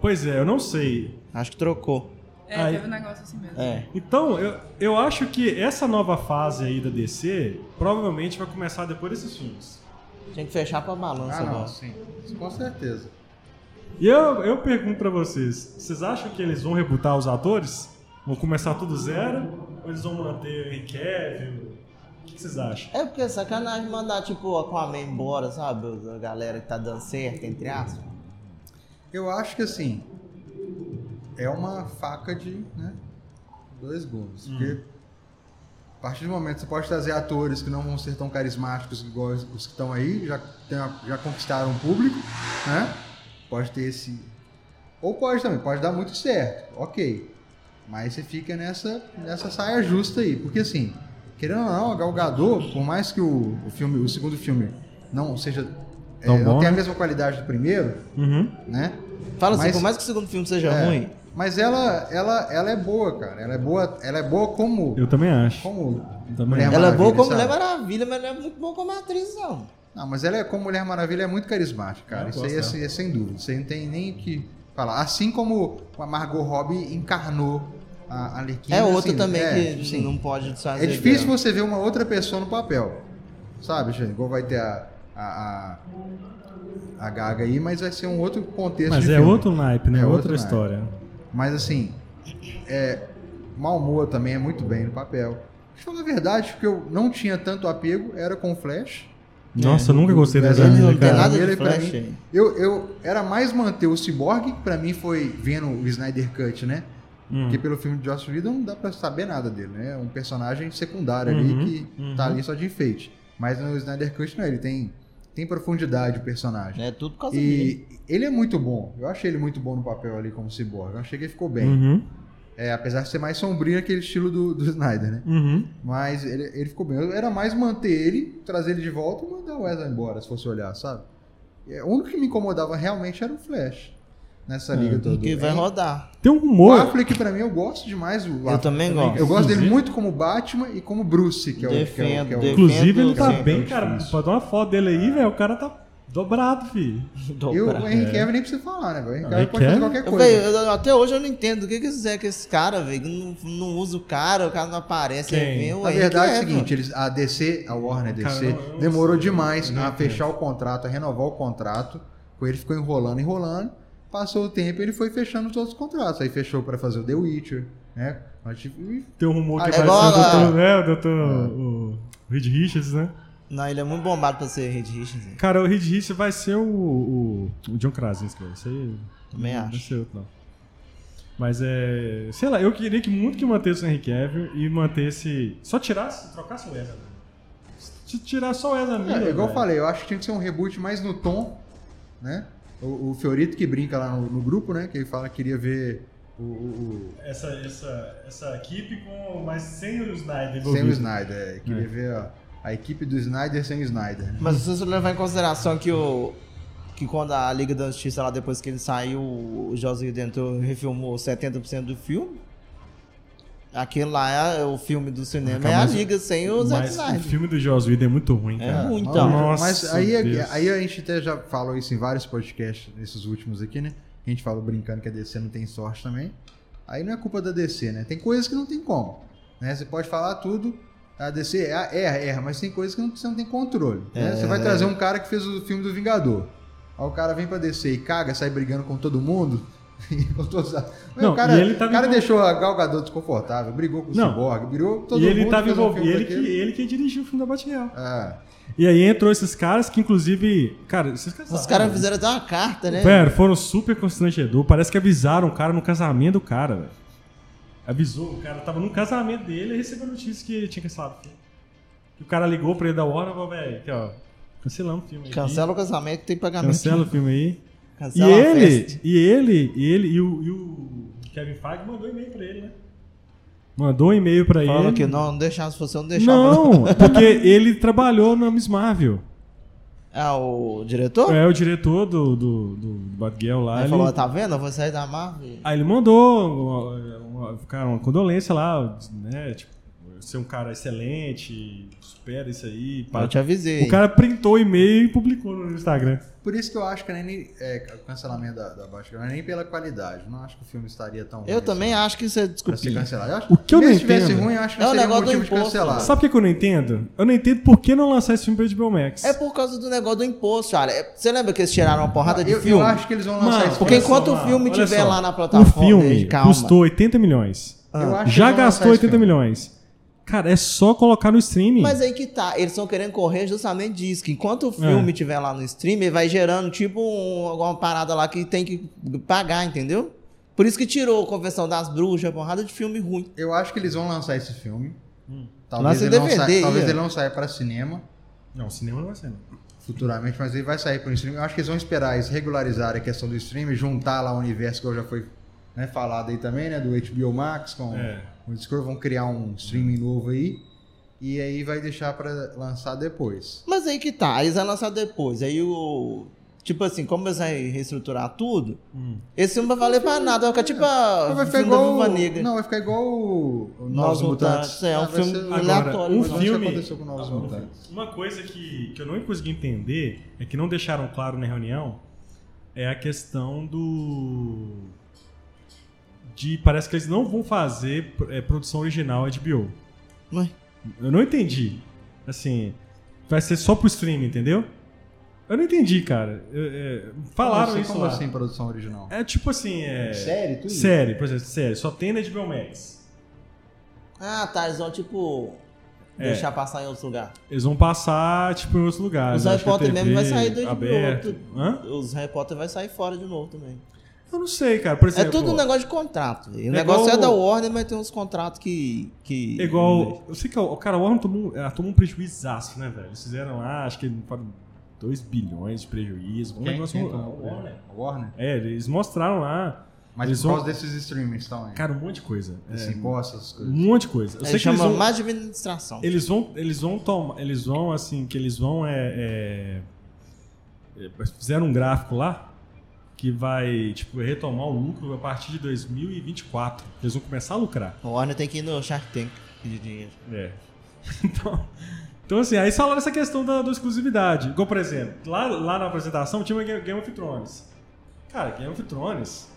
Pois é, eu não sei. Acho que trocou. É, Aí- teve um negócio assim mesmo. É. Então, eu, eu acho que essa nova fase aí da DC provavelmente vai começar depois desses filmes. Tinha que fechar pra balança Ah, não, agora. sim. Com certeza. E eu, eu pergunto pra vocês, vocês acham que eles vão rebutar os atores? Vão começar tudo zero? Ou eles vão manter o Henry Cavill? O que vocês acham? É porque é sacanagem mandar, tipo, o Aquaman embora, sabe? A galera que tá dando certo, entre aspas. Eu acho que assim é uma faca de né, dois Hum. gumes. Porque a partir do momento que você pode trazer atores que não vão ser tão carismáticos igual os os que estão aí, já, tem uma- já conquistaram o público, né? Pode ter esse. Ou pode também, pode dar muito certo, ok. Mas você fica nessa, nessa saia justa aí. Porque assim, querendo ou não, Galgador, por mais que o, o filme, o segundo filme não seja. é, Tão bom, não tenha a né? mesma qualidade do primeiro, Uhum. né? Fala assim, Mas- por mais que o segundo filme seja É. ruim, Mas ela, ela, ela é boa, cara. Ela é boa, ela é boa como. Eu também acho. Como. Também. Mulher ela é boa Maravilha, como sabe? Mulher Maravilha, mas não é muito boa como atriz, não. Não, mas ela é como Mulher Maravilha é muito carismática, cara. Eu Isso gosto aí é, dela. sem- é sem dúvida. Isso aí não tem nem o que falar. Assim como a Margot Robbie encarnou a Arlequina. é outra assim, também é, que sim. não pode desfazer. É difícil dela. você ver uma outra pessoa no papel. Sabe, gente? Igual vai ter a. a, a a Gaga aí, mas vai ser um outro contexto. Mas de é filme. outro naipe, né? É outro outra naipe. história. Mas assim, é, Malmoa também é muito bem no papel. Deixa eu falar a verdade, porque eu não tinha tanto apego, era com o Flash. Nossa, eu nunca gostei Mas dessa ele Ele mina, não tem cara. nada de Ele, é pra flash mim, aí. Eu, eu era mais manter o Cyborg, que pra mim foi vendo o Snyder Cut, né? Hum. Porque pelo filme de Joss Whedon não dá pra saber nada dele, né? É um personagem secundário ali Uhum, que uhum. tá ali só de enfeite. Mas no Snyder Cut não, ele tem, tem profundidade o personagem. É tudo por causa dele. E ele é muito bom. Eu achei ele muito bom no papel ali como Cyborg. Eu achei que ele ficou bem. Uhum. É, apesar de ser mais sombrio aquele estilo do, do Snyder, né? Uhum. Mas ele, ele ficou bem. Eu- Era mais manter ele, trazer ele de volta e mandar o Wesley embora, se fosse olhar, sabe? É, O único que me incomodava realmente era o Flash. Nessa liga toda. É, Porque É. vai rodar. Tem um O rumor. Affleck, pra mim, eu gosto demais. O Eu Affleck. também gosto. Eu gosto dele Inclusive- muito como Batman e como Bruce, que é o que é o- que é o- Defendo, que é o- defendo. Inclusive, ele tá Sim, bem, é cara. difícil. Pode dar uma foto dele aí, velho. O cara tá dobrado, filho. E o Dobrar. Henry Cavill nem precisa falar, né, velho? O cara É. Henry pode fazer Cavill? qualquer Eu, coisa. véi, eu- até hoje eu não entendo o que que isso é que esse cara, velho, que não, não usa o cara, o cara não aparece. Quem? aí vem o A Henry verdade é o Cavill. seguinte, eles, a DC, a Warner Cara, DC, não, eu não demorou sei. é demais Não a entendo. fechar o contrato, a renovar o contrato. Com ele ficou enrolando, enrolando. Passou o tempo, ele foi fechando todos os contratos. Aí fechou pra fazer o The Witcher, né? A gente- e Tem um rumor que Ah, É. vai ser igual o a- doutor, né, o doutor o Reed Richards, né? Não, ele é muito bombado pra ser Reed Richards. Cara, o Reed Richards vai ser o, o, o John Krasinski, velho. Isso aí Também não acho. vai ser outro, não. Mas é... Sei lá, eu queria que muito que mantesse o Henry Cavill e mantesse... Só tirasse, trocasse o Ezra. Miller. Se Tirar só o Ezra Miller, É, igual eu velho. falei, eu acho que tinha que ser um reboot mais no tom, né? O, o Fiorito que brinca lá no, no grupo, né? Que ele fala que queria ver o- o- Essa, essa, essa equipe com... Mas sem o Snyder o sem o envolvido. Snyder. é, queria É. ver a, a equipe do Snyder sem o Snyder. né? Mas se você levar em consideração que o. Que quando a Liga da Justiça lá, depois que ele saiu, o José Dentor refilmou 70% do filme. Aquele lá é o filme do cinema, Ah, é a mas- Liga sem o Zack Mas o Snyder. filme do Joss Whedon é muito ruim, É cara. ruim. Mas- Então. Nossa, mas aí, é- Deus. aí a gente até já falou isso em vários podcasts, nesses últimos aqui, né? A gente falou brincando que a DC não tem sorte também. Aí não é culpa da DC, né? Tem coisas que não tem como. Né? Você pode falar tudo, a DC erra, erra, erra, mas tem coisas que não- você não tem controle. né? É, Você vai trazer um cara que fez o filme do Vingador. Aí o cara vem pra DC e caga, sai brigando com todo mundo. e com todos a- Mas Não, o cara, e ele tava o cara envol- deixou a Gal Gadot desconfortável, brigou com o Não. Cyborg, brigou com todo e mundo. ele tava fez um envolvido. filme Ele que, daquele. ele que dirigiu o filme da Batgirl. Ah, E aí entrou esses caras que, inclusive. Cara, esses caras. Os caras fizeram até uma carta, né? Velho, foram super constrangedores. Parece que avisaram o cara no casamento do cara, velho. Avisou, o cara tava no casamento dele e recebeu a notícia que ele tinha cancelado o filme. Que o cara ligou pra ele da hora e falou, velho, aqui ó, cancelamos o filme aí. Cancela o casamento, tem pagamento. Cancela o filme aí. E Cancela a ele, festa. e ele, e ele, e o, e o Kevin Feige mandou e-mail pra ele, né? Mandou um e-mail pra Falando ele. que não, não deixava, se fosse eu não deixava. Não, porque ele trabalhou na Miss Marvel. Ah, o diretor? É o diretor do, do, do Batgirl lá. Aí Ele, falou, tá vendo? Eu vou sair da Marvel. Aí ele mandou uma, uma- cara, uma condolência lá, né? Tipo, ser um cara excelente, supera isso aí. pá. Eu te avisei. O cara printou o e-mail e publicou no Instagram. Por isso que eu acho que nem é, o cancelamento da, da Batgirl não é nem pela qualidade. Não acho que o filme estaria tão ruim Eu também acho que isso é assim, pra ser desculpinha. cancelado. Eu acho, O que eu mesmo não se tivesse entendo- ruim, eu acho que É o seria um negócio do motivo de imposto. cancelar. Sabe o que, que eu não entendo? Eu não entendo por que não lançar esse filme pra HBO Max. É por causa do negócio do imposto, cara. É- Você lembra que eles tiraram uma porrada de eu, filme? eu acho que eles vão lançar Mano, esse Porque Olha filme. só, enquanto o mano, filme olha tiver só. lá na O plataforma, filme calma. custou 80 milhões. Eu acho que Já eles gastou vão lançar esse 80 filme. é- milhões. Cara, é só colocar no streaming. Mas aí que tá, eles estão querendo correr justamente disso, que É. enquanto o filme tiver lá no stream, ele vai gerando tipo um, alguma parada lá que tem que pagar, entendeu? Por isso que tirou a Convenção das Bruxas, porrada de filme ruim. Eu acho que eles vão lançar esse filme. Hum. Lança Talvez, em ele não, DVD, saia, talvez ia. ele não saia pra cinema Não, cinema não vai ser. não. futuramente, mas ele vai sair pro streaming. Eu acho que eles vão esperar eles regularizarem a questão do streaming, juntar lá o universo que já foi né, falado aí também, né? Do HBO Max com... É. O Discord vão criar um streaming novo aí. E aí vai deixar pra lançar depois. Mas aí que tá, eles vão lançar depois. Aí o. Tipo assim, como eles vão reestruturar tudo, Hum. esse filme vai valer pra nada. Vai ficar tipo a vai ficar filme da igual. Viúva Negra. Não, vai ficar igual o, o Novos Novos Mutantes. Ah, Mutantes, é, um vai filme ser- Agora, aleatório, um mas não filme. sei o que aconteceu com Novos Mutantes. Tá Uma coisa que, que eu não consegui entender é que não deixaram claro na reunião é a questão do. De, parece que eles não vão fazer é, produção original HBO. Ué? Eu não entendi. Assim, vai ser só pro streaming, entendeu? Eu não entendi, cara. Eu- é, falaram Como assim, isso como lá. assim, produção original? É tipo assim, é. Série, tudo isso? Série, por exemplo, série. Só tem na HBO Max. Ah, tá, eles vão tipo. É. Deixar passar em outro lugar. Eles vão passar, tipo, em outros lugares. Os Harry Acho que a Potter TV mesmo vai sair do HBO, aberto. tudo. Hã? Os Harry Potter vai sair fora de novo também. Eu não sei, cara. Por É exemplo, tudo um negócio de contrato. velho. O É negócio igual- É é da Warner, mas tem uns contratos que. que... Igual. Eu sei que o o cara, o Warren tomou, ela tomou um prejuízaço, né, velho? Eles fizeram lá, acho que 2 bilhões de prejuízo. Um Quem- negócio. quem um- tomou o um- Warner? Warner? É, eles mostraram lá. Mas Eles por causa vão- desses streamings também. Cara, um monte de coisa. É, Esse imposto, essas um coisas. monte de coisa. Eu sei Eles que eles chamam vão, mais de administração. eles vão. Eles vão tomar. Eles vão, assim, que eles vão. É, é, é, fizeram um gráfico lá que vai, tipo, retomar o lucro a partir de 2024. Eles vão começar a lucrar. O Warner tem que ir no Shark Tank pedir dinheiro. É. Então, então assim, aí falaram essa questão da, da exclusividade. Igual, por exemplo, lá, lá na apresentação tinha uma Ga- Game of Thrones. Cara, Game of Thrones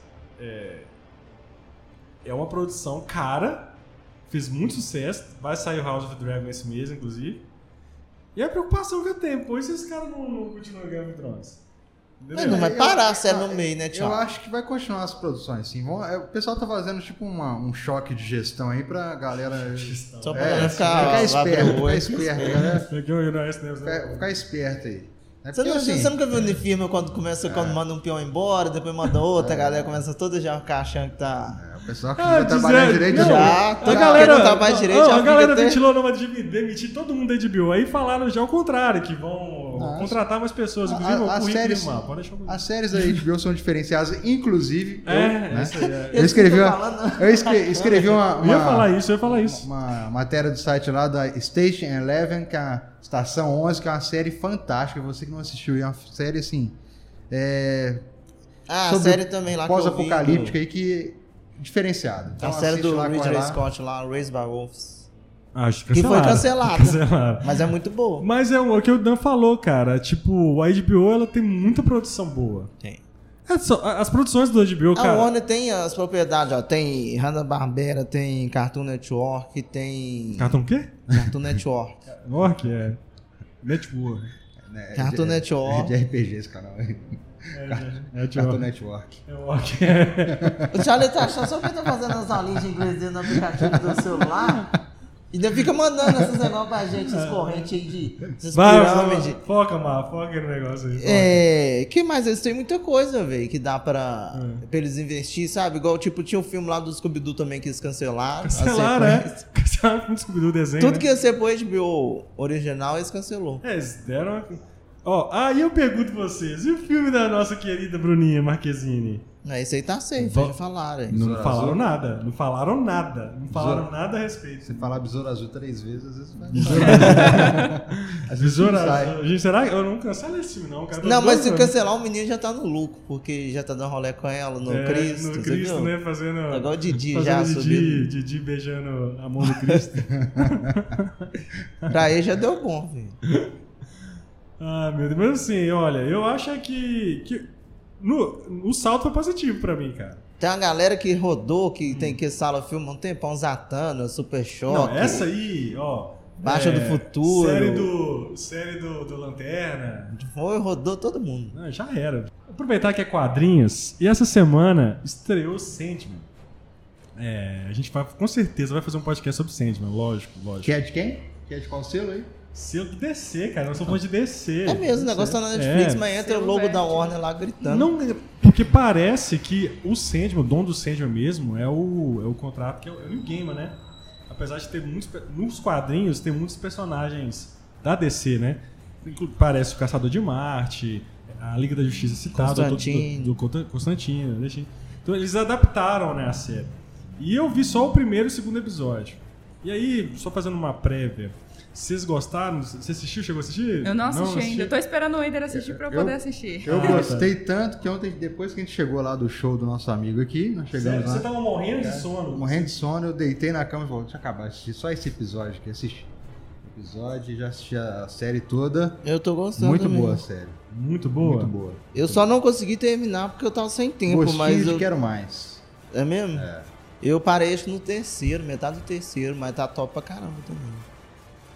é, é uma produção cara, fez muito sucesso, vai sair o House of the Dragon esse mês, inclusive. E é a preocupação que eu tenho, pô, e se esse cara não, não continuam Game of Thrones? Mas Entendeu? não vai Eu- parar a série eu- no meio, né, Eu Tiago? acho que vai continuar as produções, sim. Vão- é, o pessoal tá fazendo tipo uma- um choque de gestão aí pra galera. Gestão. Só pra É, galera ficar- ficar esperto, vai ficar pro esperto, galera. É que eu- eu não- esse- né, Ficar, ficar esperto aí. É Você, porque, não, assim, É. você nunca viu Unifirma quando começa, quando manda um peão embora, depois manda outra, a galera começa toda já a ficar achando que tá. é, o pessoal que Ah, não vai trabalhar dizer- direito não, já, a tá- galera, quem não trabalha direito não, já a fica galera até- ventilou numa de demitir todo mundo da HBO. Aí falaram já o contrário, que vão Ah, contratar mais pessoas. a- Inclusive, a- o as currículo séries- irmão, pode deixar o currículo. As séries da HBO são diferenciadas, inclusive. eu, É, né? isso aí. é. Eu escrevi, Eu uma- tô falando. eu escre- escrevi uma, Eu ia uma- falar isso, eu ia falar isso. uma matéria do site lá da Station Eleven, que é a Estação 11, que é uma série fantástica. Você que não assistiu, é uma série assim. É, Ah, a sobre série também lá que eu vi, pós-apocalíptica aí que é diferenciada. do- A série do Ridley Scott lá, Raised by Wolves. Acho Que foi cancelada. Cancelaram. Mas é muito Hum. boa. Mas é o que o Dan falou, cara. Tipo, a HBO ela tem muita produção boa. Tem. É só- a- as produções do HBO, A cara. Warner tem as propriedades, ó. Tem Hanna-Barbera, tem Cartoon Network, tem... Cartão o quê? Cartoon Network. Orc, é. Network. Cartoon É Network. de RPG esse canal aí. É, Network. Cartoon Network. É Orc. é. O Charlie tá achando só que eu tô fazendo as aulinhas de inglês dentro do aplicativo do celular. E ainda fica mandando esses negócios pra gente, esses correntes aí de... Esses Vai, pirâmide. foca, foca, Mar, foca no negócio aí. foca. É, que mais? Eles têm muita coisa, velho, que dá pra, É. pra eles investir, sabe? Igual, tipo, tinha um filme lá do Scooby-Doo também que eles cancelaram. a Cancelaram, sequência. é. Cancelaram com descobrir o desenho. né? Tudo né? que ia ser pro HBO original, eles cancelou. É, eles deram. uma- Ó, aí eu pergunto pra vocês: e o filme da nossa querida Bruninha Marquezine? É, isso aí tá safe, Va- já falaram. aí. Não Zona falaram Azul? nada. Não falaram nada. Não falaram Zona- nada a respeito. Você falar besouro azul três vezes, às vezes vai. Às vezes Besouro não sai. Azul. Gente, será que eu não cancelo esse filme, não? Cara, tá Não, mas se Dois anos. cancelar, o menino já tá no lucro, porque já tá dando rolê com ela, no É, Cristo, No você Cristo, viu? né? Fazendo. É Igual o Didi fazendo já Didi, subiu. Didi beijando a mão do Cristo. Pra ele já deu bom, velho. ah, meu Deus. Mas assim, olha, eu acho é que. que no, o salto foi positivo pra mim, cara. Tem uma galera que rodou, que tem que sala filme há um tempão, Zatanna, Super Não, Choque. essa aí, ó. É, Baixa do Futuro. Série do, série do, do Lanterna. Foi, rodou todo mundo. Ah, já era. Aproveitar que é quadrinhos. E essa semana estreou Sandman. É, a gente vai, com certeza vai fazer um podcast sobre Sandman, lógico, lógico. Que é de quem? Que é de qual selo aí? Selo do DC, cara, nós somos fãs de DC. É mesmo, o negócio tá na Netflix, mas entra o logo da Warner lá é gritando. Não, porque parece que o Sandman, o dono do Sandman mesmo, é o, é o contrato que é o, é o New Gaiman, né? Apesar de ter muitos... pe- Nos quadrinhos tem muitos personagens da DC, né? Inclu- Parece o Caçador de Marte, a Liga da Justiça citada, do, Constantine. do, do Conta- Constantino. deixa- Então eles adaptaram, né, a série. E eu vi só o primeiro e o segundo episódio. E aí, só fazendo uma prévia, vocês gostaram? Você assistiu? Chegou a assistir? Eu não assisti ainda. assistiu? Eu tô esperando o Eider assistir pra eu, Eu- poder assistir. Eu Ah, gostei tanto que ontem, depois que a gente chegou lá do show do nosso amigo aqui, nós Sério, chegamos você lá, tava morrendo de sono. né? morrendo de sono, eu deitei na cama e falei, deixa eu acabar de assistir só esse episódio aqui, assisti. Episódio, já assisti a série toda. Eu tô gostando. muito mesmo. boa a série. Muito boa. Muito boa. Eu só não consegui terminar porque eu tava sem tempo, Gostinho mas. de Eu... quero mais. É mesmo? É. Eu parei acho que no terceiro, metade do terceiro, mas tá top pra caramba também.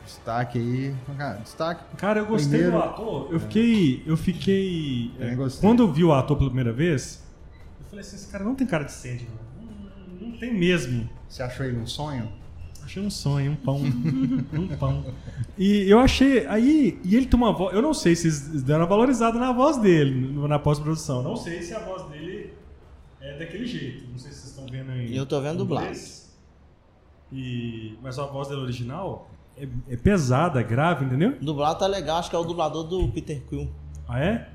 Destaque aí. cara, Destaque. Cara, eu gostei Primeiro- do ator. Eu fiquei. Eu fiquei. Também é, gostei. quando eu vi o ator pela primeira vez, eu falei assim: esse cara não tem cara de sede, não, não tem mesmo. Você achou ele um sonho? Achei um sonho, um pão. um pão. E eu achei. Aí. E ele tem uma voz. Eu não sei se eles deram uma valorizada na voz dele, no- na pós-produção. Não sei se a voz dele é daquele jeito. Não sei se vocês estão vendo aí. Eu tô vendo dublado. E, mas a voz dele original é, é pesada, grave, entendeu? O dublado tá legal, acho que é o dublador do Peter Quill. Ah, é?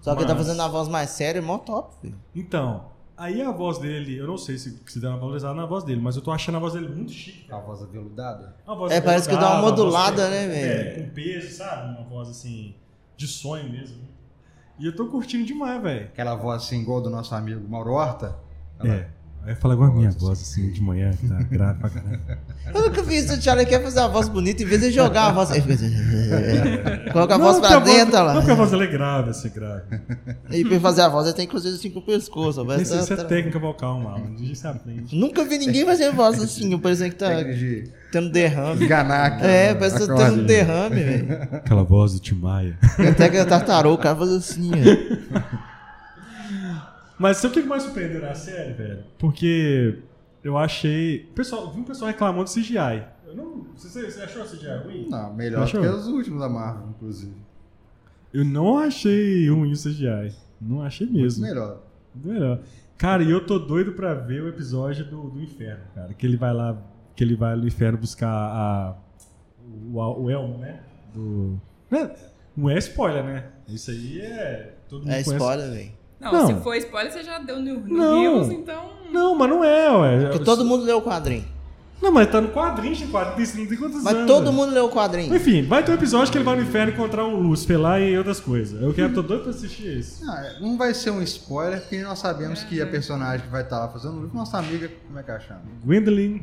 Só que ele tá Mas- fazendo a voz mais séria, mó top, filho. Então, Aí a voz dele, eu não sei se, se deram uma valorizada na voz dele, mas eu tô achando a voz dele muito chique. A voz aveludada. Uma voz É, parece que dá uma aveludada, modulada, voz né, com- É, velho? com peso, sabe? Uma voz assim, de sonho mesmo. E eu tô curtindo demais, velho. Aquela voz assim, igual do nosso amigo Mauro Horta. Aí É, fala igual a minha voz, assim, de manhã, que tá grave pra caramba. Eu nunca vi isso, o Charlie quer fazer uma voz bonita, em vez de jogar a voz. Ele fica- Coloca a voz Não, pra porque dentro voz, lá. Não porque a voz dela é grave, assim, grave. E pra fazer a voz, ele tem que fazer assim com o pescoço. vai Isso, tá- isso é tá- técnica vocal, mano. A gente se aprende. Nunca vi ninguém fazer voz assim, parece que tá Técnica de tendo derrame. enganar aqui. É, parece que tá tendo um derrame, velho. Aquela voz do Tim Maia. Até que a tartaruga, o cara faz assim, ó. Mas sabe o que mais surpreendeu na série, velho? Porque eu achei. Pessoal, vi um pessoal reclamando do CGI. Eu não. Você, você achou o CGI ruim? Não, melhor Achou? que os últimos da Marvel, inclusive. Eu não achei ruim o CGI. Não achei Muito mesmo. é melhor. Melhor. Cara, e eu tô doido pra ver o episódio do, do inferno, cara. Que ele vai lá. Que ele vai no inferno buscar a. O, o Elmo, né? Do. né? Não é spoiler, né? Isso aí é. Todo mundo É conhece. spoiler, velho. Não, Não. se for spoiler, você já deu no, no Não. Reels, então. Não, mas não é, ué. Porque todo mundo leu o quadrinho. Não, mas tá no quadrinho, gente, quadrinho, isso não tem quantos Mas anos. todo velho. mundo leu o quadrinho. Enfim, vai ter um episódio que ele vai no inferno encontrar um Lúcifer lá e outras coisas. Eu quero, tô doido pra assistir isso. Ah, é, Não vai ser um spoiler, porque nós sabemos que a personagem que vai estar lá fazendo o livro, nossa amiga, como é que ela chama? Gwendolyn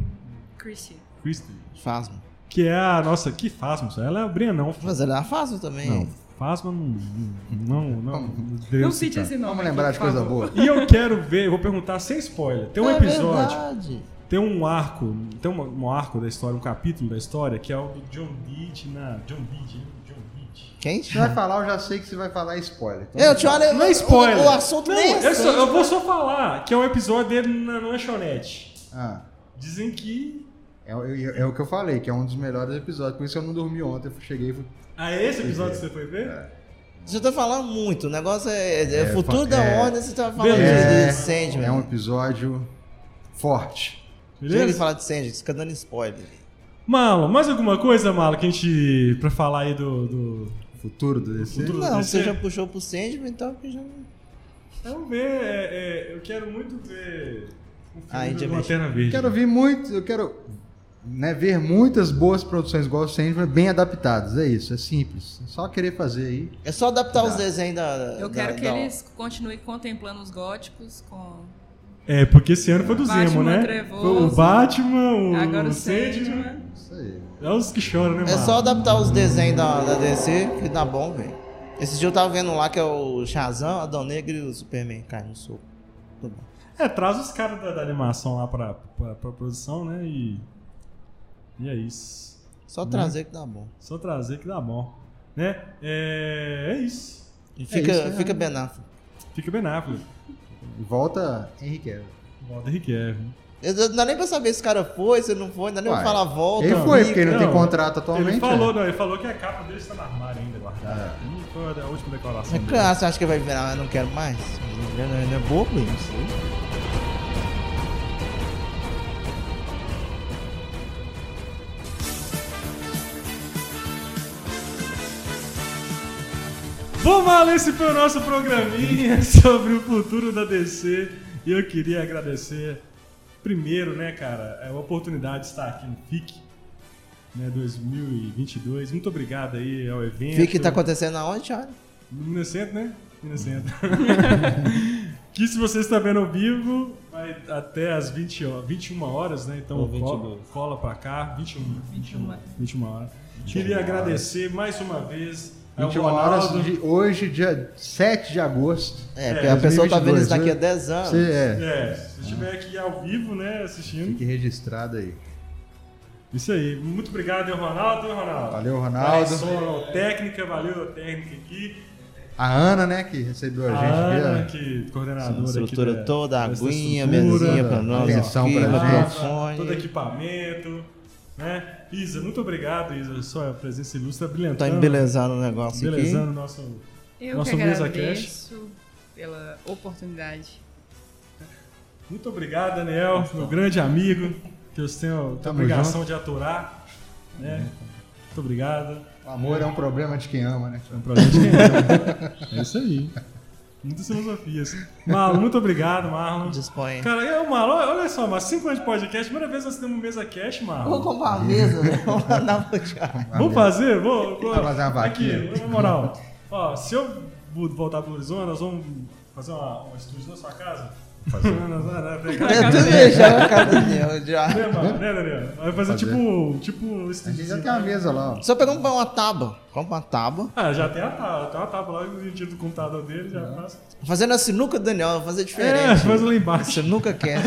Chrissy. Christie, Fasmo. que é a nossa, que Fasma, só ela é a Brenão. Mas ele é Fasmo também. Não, Fasma não, não, não, não Não devo cite citar. esse nome. Vamos aqui, lembrar de por coisa favor. boa. E eu quero ver, eu vou perguntar sem spoiler. Tem um É episódio, verdade. tem um arco, tem um, um arco da história, um capítulo da história, que é o do John Deed na... John Deed, né? John Deed. Quem? Você vai falar, eu já sei que você vai falar spoiler. Então, Eu te olho, Não é spoiler. O, o assunto não, nem é eu, só- assunto. eu vou só falar que é um episódio dele na lanchonete. Ah, Dizem que. é, o- é- é o que eu falei, que é um dos melhores episódios. Por isso eu não dormi ontem, eu cheguei e fui. Ah, é esse episódio que você foi É. ver? Você tá falando muito. O negócio é, é, É, futuro fa- da é. onda, você tá falando Beleza. de, de Sandman. É um episódio forte. Deixa ele Beleza? falar de Sandman, você fica dando spoiler. Malo, mais alguma coisa, Malo, que a gente. pra falar aí do. do... Futuro do DC. Futuro. Não, desse- você já puxou pro Sandman, então que já... Vamos ver, é, é, eu quero muito ver. o filme Ah, do Índia Lanterna Verde. Quero ver muito, eu quero né, ver muitas boas produções igual o Sandman, bem adaptadas. É isso, é simples. É só querer fazer aí. É só adaptar os Tá. desenhos da... Eu da- quero que da- eles continuem contemplando os góticos com. É, porque esse ano foi do Batman é Zemo, né? Trevoso. Foi o Batman, o, Agora né? o o Sandman. Isso aí. É os que choram, né, Malo? É só adaptar os desenhos da, da DC que dá bom, velho. Esse dia eu tava vendo lá que é o Shazam, Adão Negro e o Superman. Cai no soco. Tudo bom. É, traz os caras da, da animação lá pra, pra, pra produção, né? E. E é isso. Só trazer que dá bom. Só trazer que dá bom. Né? É, é isso. E fica, isso, né? fica Ben Affleck. Fica bem na África. Volta Henry Cavill. Volta Riquelme. Eu- eu- Não dá nem pra saber se o cara foi, se não foi, não dá nem pra Uai, falar volta. Ele foi, fica. porque ele não, Não, tem contrato atualmente. Ele né? falou, não, ele falou que a capa dele está no armário ainda guardada. Hum, Foi a última declaração. Mas dele. cara, Ah, você acha que vai virar, eu não quero mais? Ele não é- ele é bobo isso. Bom, Mal, esse foi o nosso programinha sobre o futuro da DC. E eu queria agradecer, primeiro, né, cara, a oportunidade de estar aqui no FIC né, 2022. Muito obrigado aí ao evento. Fica que tá acontecendo aonde, olha? No Minas Centro, né? Minas Centro. que se você está vendo ao vivo, vai até às 20, ho- 21 horas, né? Então Ou cola, 22. cola pra cá, 21, 21, 21. 21 horas. Queria agradecer mais uma vez ao 21 Ronaldo. horas de hoje, dia 7 de agosto. É, É, porque a pessoa tá vendo 2022, isso daqui a né? 10 anos. Você é, É, se estiver aqui ao vivo, né, assistindo. fique registrado aí. Isso aí. Muito obrigado, hein, Ronaldo, hein, Ronaldo? Valeu, Ronaldo. Valeu, técnica, valeu, técnica aqui. A Ana, né, que recebeu a, A gente. né? Ana, aqui, que coordenadora A aqui estrutura da- toda, a dessa aguinha, estrutura. mesinha pra da- nós, atenção aqui, pra Casa, gente. microfone. todo equipamento, né? Isa, muito obrigado, Isa. Sua presença ilustre tá Tá brilhantando. embelezando o negócio Belezando o nosso. Eu Nosso que Mesa agradeço pela oportunidade. Muito obrigado, Daniel, meu grande amigo, que eu tenho a Tamo É. obrigação de aturar. Né? Muito obrigado. O amor é um problema de quem ama, né? É um prazer de É isso aí. Muitas filosofias. Marlon, muito obrigado, Marlon. Dispõe. Cara, eu, Marlon, olha só, mas 5 anos de podcast, primeira vez nós temos mesa cash, Marlon. Vou comprar uma mesa, velho. Vou mandar né? pro Thiago. Tá Vamos fazer? Vou, vou- Vai fazer uma aqui, vaquinha. na moral. Ó, se eu vo- voltar pro Arizona, nós vamos fazer uma, uma estúdio na sua casa. Fazer. É, Eu também já na casa dele, já. Né, mano? Né, Daniel? Vai fazer, Fazer. tipo. Tipo. A gente já estúdio- tem uma mesa lá, ó. Só pegar uma uma tábua. Compra uma tábua. Ah, já tem a tábua, tem uma tábua lá, eu tiro do computador dele, já faço. Fazendo a sinuca do Daniel, vou fazer É, diferente. faz lá embaixo. Sinuca quer.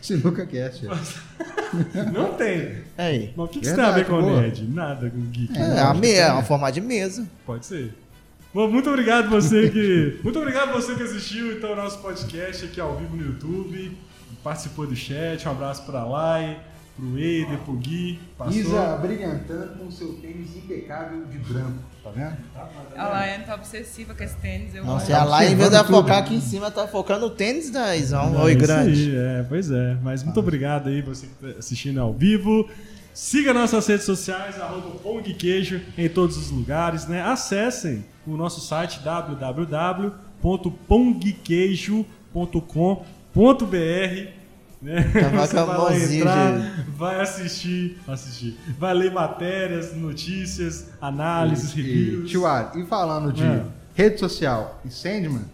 Sinuca Cast. Não tem. Aí. Mas o que, que você tem a ver Verdade, com o boa. nerd? Nada com o geek. É, a me- é uma forma de mesa. Pode ser. Bom, muito obrigado você que. muito obrigado você que assistiu então o nosso podcast aqui ao vivo no YouTube. Participou do chat. Um abraço pra Lai, pro Eider, pro Gui. Passou. Isa brilhantando com seu tênis impecável de branco, tá vendo? A Laiane tá obsessiva com esse tênis. Eu Nossa, um amo. e É a lá, em vez de ela observando focar tudo. aqui em cima, tá focando no tênis da Isão. É Oi, isso grande. aí, é, pois é. Mas muito obrigado aí você que está assistindo ao vivo. Siga nossas redes sociais, arroba Pong Queijo, em todos os lugares, né? Acessem o nosso site www.pongqueijo.com.br né? vai Você com vai a lá mãozinha, entrar, vai assistir, assistir, vai ler matérias, notícias, análises, E, reviews. tio Ar, e falando de É. rede social e Sandman,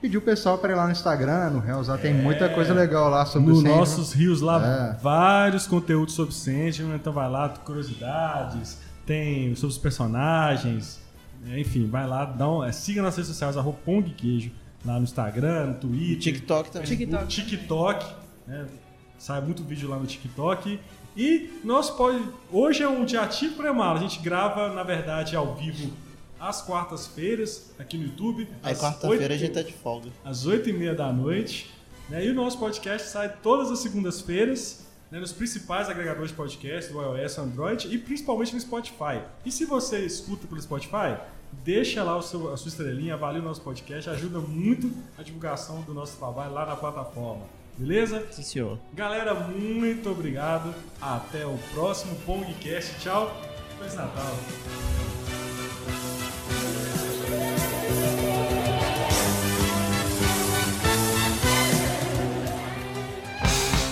pedi o pessoal pra ir lá no Instagram, no Reels, lá tem muita coisa legal lá sobre o Nos Sandman. nossos rios lá, É. vários conteúdos sobre Sandman, então vai lá, curiosidades, tem sobre os personagens, né, enfim, vai lá, dá um, é, siga nas redes sociais, arroba Pong Queijo, lá no Instagram, no E Twitter, TikTok também. no TikTok. TikTok, né, sai muito vídeo lá no TikTok, e nós pode hoje é um dia atípico, né, Mara? A gente grava, na verdade, ao vivo às quartas-feiras, aqui no YouTube. Aí às quarta-feira a oito- gente tá de folga. às 8h30 da noite. né? E o nosso podcast sai todas as segundas-feiras né, nos principais agregadores de podcast, do iOS, Android e principalmente no Spotify. E se você escuta pelo Spotify, deixa lá o seu- a sua estrelinha, avalie o nosso podcast, ajuda muito a divulgação do nosso trabalho lá na plataforma. Beleza? Sim, senhor. Galera, muito obrigado. Até o próximo Pongcast. Tchau. Feliz Natal.